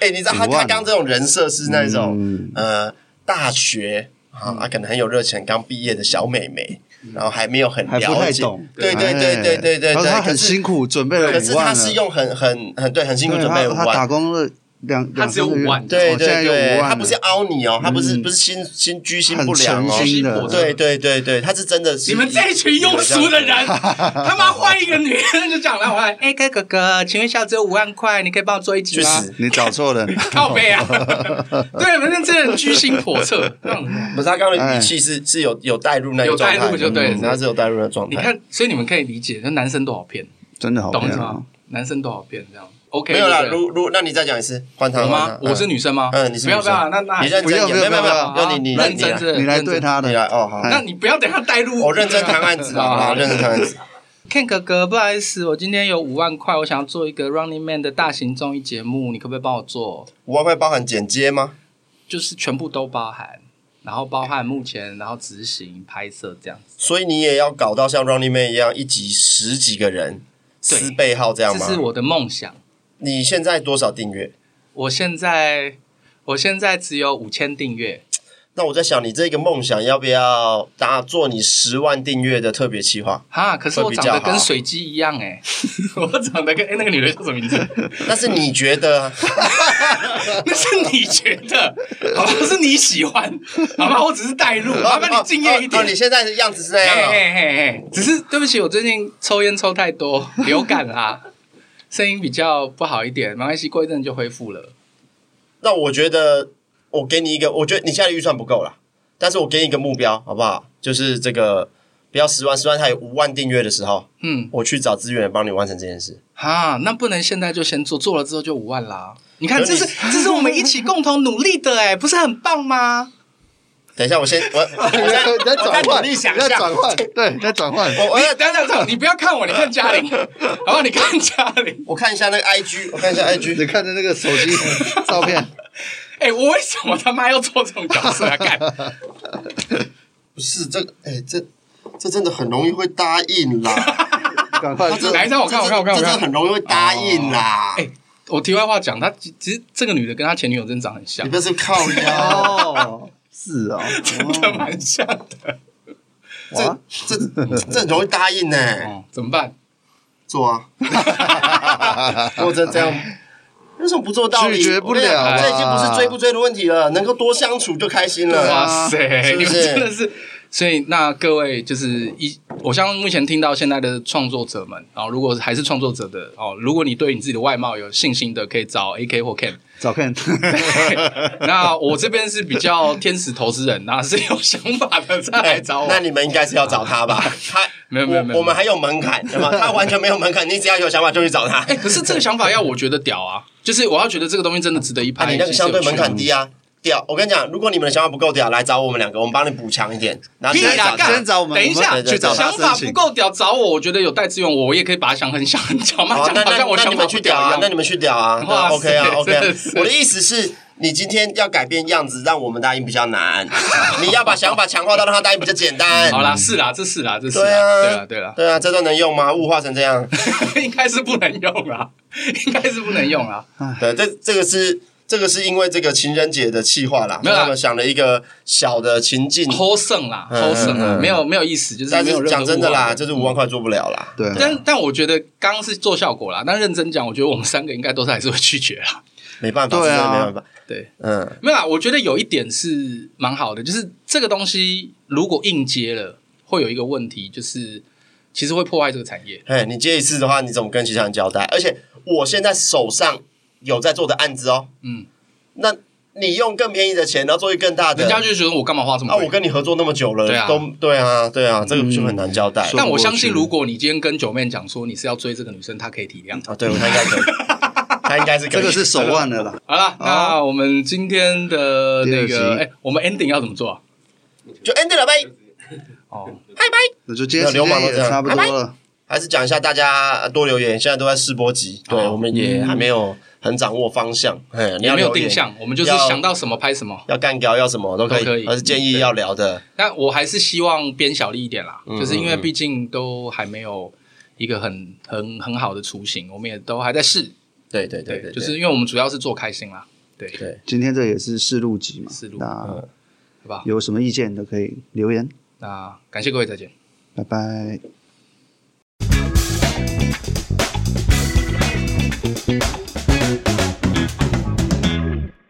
B: 哎，你知道他
C: 五万
B: 他刚这种人设是那种
C: 嗯
B: 呃大学啊，啊可能很有热情，刚毕业的小美眉，然后还没有很
C: 嗯还不
B: 了
C: 太
B: 解
C: 懂，，
B: 对对
C: 哎
B: 对对对对
C: 然后
B: 对，
C: 他
B: 可
C: 很
B: 是
C: 辛苦准备了
B: 可是
C: 五
B: 他
C: 万
B: 是
C: 了，
B: 用很很很对，很辛苦
C: 对
B: 准备
C: 他
B: 五
C: 他打
B: 万。
C: 工了两
A: 他
C: 两
A: 只有
C: 三个月
A: 五万
C: 哦
B: 对
C: 现在
B: 对
C: 有
B: 对
C: 五，万了，
B: 他不是凹你哦，他不是
C: 嗯
B: 不是心心居心
C: 很
B: 不良
C: 诚
B: 哦，
C: 心
A: 居心不
C: 的，
A: 良
B: 对对对对，他是真的是
A: 你们这一群庸俗的人， 他妈换一个女人就讲了，我来
B: 哎
A: A K 哥哥，请问一下，只有五万块，你可以帮我做一集
B: 去
A: 吗？
B: 死！
C: 你找错人，
A: 靠背 啊，对，你们这人居心叵 测，让人
B: 不是他刚刚的语气
C: 哎
B: 是是有有带入那个
A: 有
B: 状
A: 带
B: 态，
A: 入就对了
B: 嗯他是有带入的状
A: 你
B: 态。
A: 看，所以你们可以理解，就男生多少骗，
C: 真的好
A: 懂
C: 漂
A: 是
C: 亮
A: 吗。？男生多少骗这样？OK，
B: 没有啦，
A: 对不对
B: 如如那你再讲一次，换他
A: 我
B: 换
A: 吗
B: 他？
A: 我是，女生吗？
B: 嗯你是
A: 不要
B: 女
A: 啊不要，
B: 生
A: 那那
B: 你认
C: 不要
B: 真
C: 不
B: 也
C: 要
B: 没有没有
C: 不
B: 没
C: 要
B: 有，
A: 不要
B: 要你你啊
A: 认真
B: 你
A: 是
C: 你来对他
B: 来你来
C: 的，
B: 哦好，
A: 那你不要等下带入。啊
B: 我哦认真谈案子 啊好不好？认真谈案子，
A: Ken 哥哥，不好意思，我今天有五万块，我想要做一个 Running Man 的大型综艺节目，你可不可以帮我做？
B: 五万块包含剪接吗？
A: 就是全部都包含，然后包含目前，然后执行拍摄这样子，
B: 所以你也要搞到像 Running Man 一样，一集十几个人
A: 对
B: 撕背号这样
A: 这
B: 吗？
A: 是我的梦想。
B: 你现在多少订阅？
A: 我现在我现在只有五千订阅，
B: 那我在想，你这个梦想要不要打做你十万订阅的特别企划？
A: 哈，可是我
B: 会比
A: 长
B: 较
A: 得跟
B: 好
A: 水鸡一样哎、 我长得跟哎、那个女的叫什么 名字？
B: 但是你觉得啊
A: 那是你觉得，好吧，是你喜欢，好吧，我只是代入， 麻烦你敬业一
B: 哦哦
A: 点
B: 哦。你现在的样子是那
A: 嘿
B: 样哦。
A: 嘿嘿嘿，只是对不起，我最近抽烟抽太多，流感啦、声音比较不好一点，没关系，过一阵就恢复了。
B: 那我觉得，我给你一个，我觉得你现在的预算不够啦，但是我给你一个目标，好不好？就是这个，不要十万，十万它有五万订阅的时候，
A: 嗯，
B: 我去找资源帮你完成这件事。
A: 啊，那不能现在就先做，做了之后就五万啦。你看，
B: 有
A: 这
B: 你
A: 是这是我们一起共同努力的、哎，不是很棒吗？
B: 等一下，我先 我我
C: 你在你在转
B: 我在
C: 换，
B: 努力
C: 你
B: 想
C: 在
B: 象
C: 转换，对，你在转换。
B: 我我
A: 哎
B: 要，
A: 等等等，你不要看我，你看嘉 玲，好不好？你看嘉玲，
B: 我看一下那个 IG，我看一下 IG，
C: 你看着那个手机照片，
A: 哎、我为什么他妈要做这种角色啊？干，
B: 不是这个，哎、这这真的很容易会答应 啦。
C: 赶快
B: 这
A: 来一张我看
B: 这
A: 我看我看
B: 这
A: 我看
B: 真的很容易会答应啦。
A: 哎 我题外话讲，他其其实这个女的跟她前女友真的长很像
B: 你，不是靠腰，
C: 哦，是哦，
A: 真的蛮像的。
C: 哇，
B: 这这很容易答应呢、
A: 哦，怎么办？
B: 做啊！ 或者 这样，为什么不做道理？
C: 拒绝不了啊
B: 我跟你讲这已经不是追不追的问题了，能够多相处就开心
C: 对
B: 了
C: 啊。
A: 哇塞，
B: 是不
A: 你们
B: 是
A: 真的是。所以，那各位就是一，我相信目前听到现在的创作者们，然后如果还是创作者的哦，如果你对你自己的外貌有信心的，可以找 AK 或 Ken。
C: 照片，
A: 那我这边是比较天使投资人，那是有想法的再来找我。
B: 那你们应该是要找他 吧？他
A: 没有没有
B: 我
A: 没有
B: 我们还有门槛，对吗？他完全没有门槛，你只要有想法就去找 他。
A: 哎、可是这个想法要我觉得屌啊，就是我要觉得这个东西真的值得一
B: 啊，
A: 拍。
B: 你那个相对门槛低
A: 啊，
B: 啊，屌！我跟你讲，如果你们的想法不够屌，来找我们两个，我们帮你补强一点。然后
A: 屁
B: 再
A: 啦，
B: 找
A: 干
C: 先找我们
A: 等一
C: 我
A: 下
C: 们去找他
A: 想法
C: 申
A: 不
C: 请
A: 够屌，找我，我觉得有带资源，我也可以把它想很小很小嘛，
B: 好啊
A: 讲
B: 那
A: 好
B: 那
A: 像我
B: 那
A: 想
B: 你
A: 法
B: 们
A: 不
B: 去
A: 屌
B: 屌
A: 一
B: 啊
A: 样，
B: 那。你们去屌啊对
A: 哇
B: 啊
A: 塞
B: ，OK 啊，OK 啊
A: 真的是。
B: 我的意思是你今天要改变样子，让我们答应比较难。你要把想法强化到让他答应比较简单。
A: 好啦，是啦，这是啦，这是啦，
B: 嗯
A: 对
B: 对啊
A: 啦，对啦，
B: 对啊，这段能用吗？物化成这样，
A: 应该是不能用啦，应该是不能用啦。
B: 对，这这个是这个是因为这个情人节的气话啦，
A: 没有啊啦
B: 他们想了一个小的情境，
A: 偷剩啦，偷剩啦，
B: 嗯嗯嗯嗯
A: 没有没有意思，就是
B: 但
A: 没有
B: 是
A: 任何
B: 讲真的
A: 误
B: 啦，
A: 会
B: 就是五万块做不了
A: 嗯
B: 啦。
C: 对，
A: 但但我觉得刚刚是做效果啦，但认真讲，我觉得我们三个应该都是还是会拒绝啦。
B: 没办法，
C: 对啊
B: 真的没办法。
A: 对，
B: 嗯，
A: 没有啦，啊我觉得有一点是蛮好的，就是这个东西如果硬接了，会有一个问题，就是其实会破坏这个产业。
B: 哎，你接一次的话，你怎么跟其他人交代？而且我现在手上有在做的案子哦，
A: 嗯，
B: 那你用更便宜的钱，然后做一个更大的
A: 人，家就觉得我干嘛花这么
B: 啊，
A: 贵？
B: 我跟你合作那么久了，
A: 对啊嗯
B: 都对啊，对啊，这个就很难交代。
C: 说
A: 但我相
C: 说
A: 信，
C: 不过去
A: 如果你今天跟九妹讲说你是要追这个女生，她可以体谅。
B: 啊，对，他应该 可以，他应该是可以
C: 这个是手腕的啦，
A: 好了，
B: 哦
A: 那我们今天的那
C: 第二
A: 个，
C: 集
A: 哎，我们 ending 要怎么做啊？
B: 就哎 end 了呗。
A: 哦，
C: 那就今天时间也差不多了。
B: 还是讲一下大家呃多留言，现在都在试播集，对
A: 哦
B: 我们也还没有很掌握方向，哎，你
A: 也
B: 要
A: 没有
B: 留
A: 定
B: 言，
A: 向，我们就是
B: 要
A: 想到什么拍什么。
B: 要干掉要什么都可
A: 都可
B: 以，
A: 以
B: 还是建议要聊的，
A: 但我还是希望编小力一点啦，
B: 嗯
A: 就是因为毕竟都还没有一个很很很好的雏形，我们也都还在试。
B: 对对对
A: 对，
B: 对，
A: 就是因为我们主要是做开心啦，对，
B: 对
C: 今天这也是试录集嘛
A: 试录，
C: 那
A: 好吧？
C: 有什么意见都可以留言，
A: 那感谢各位，再见。
C: 拜拜。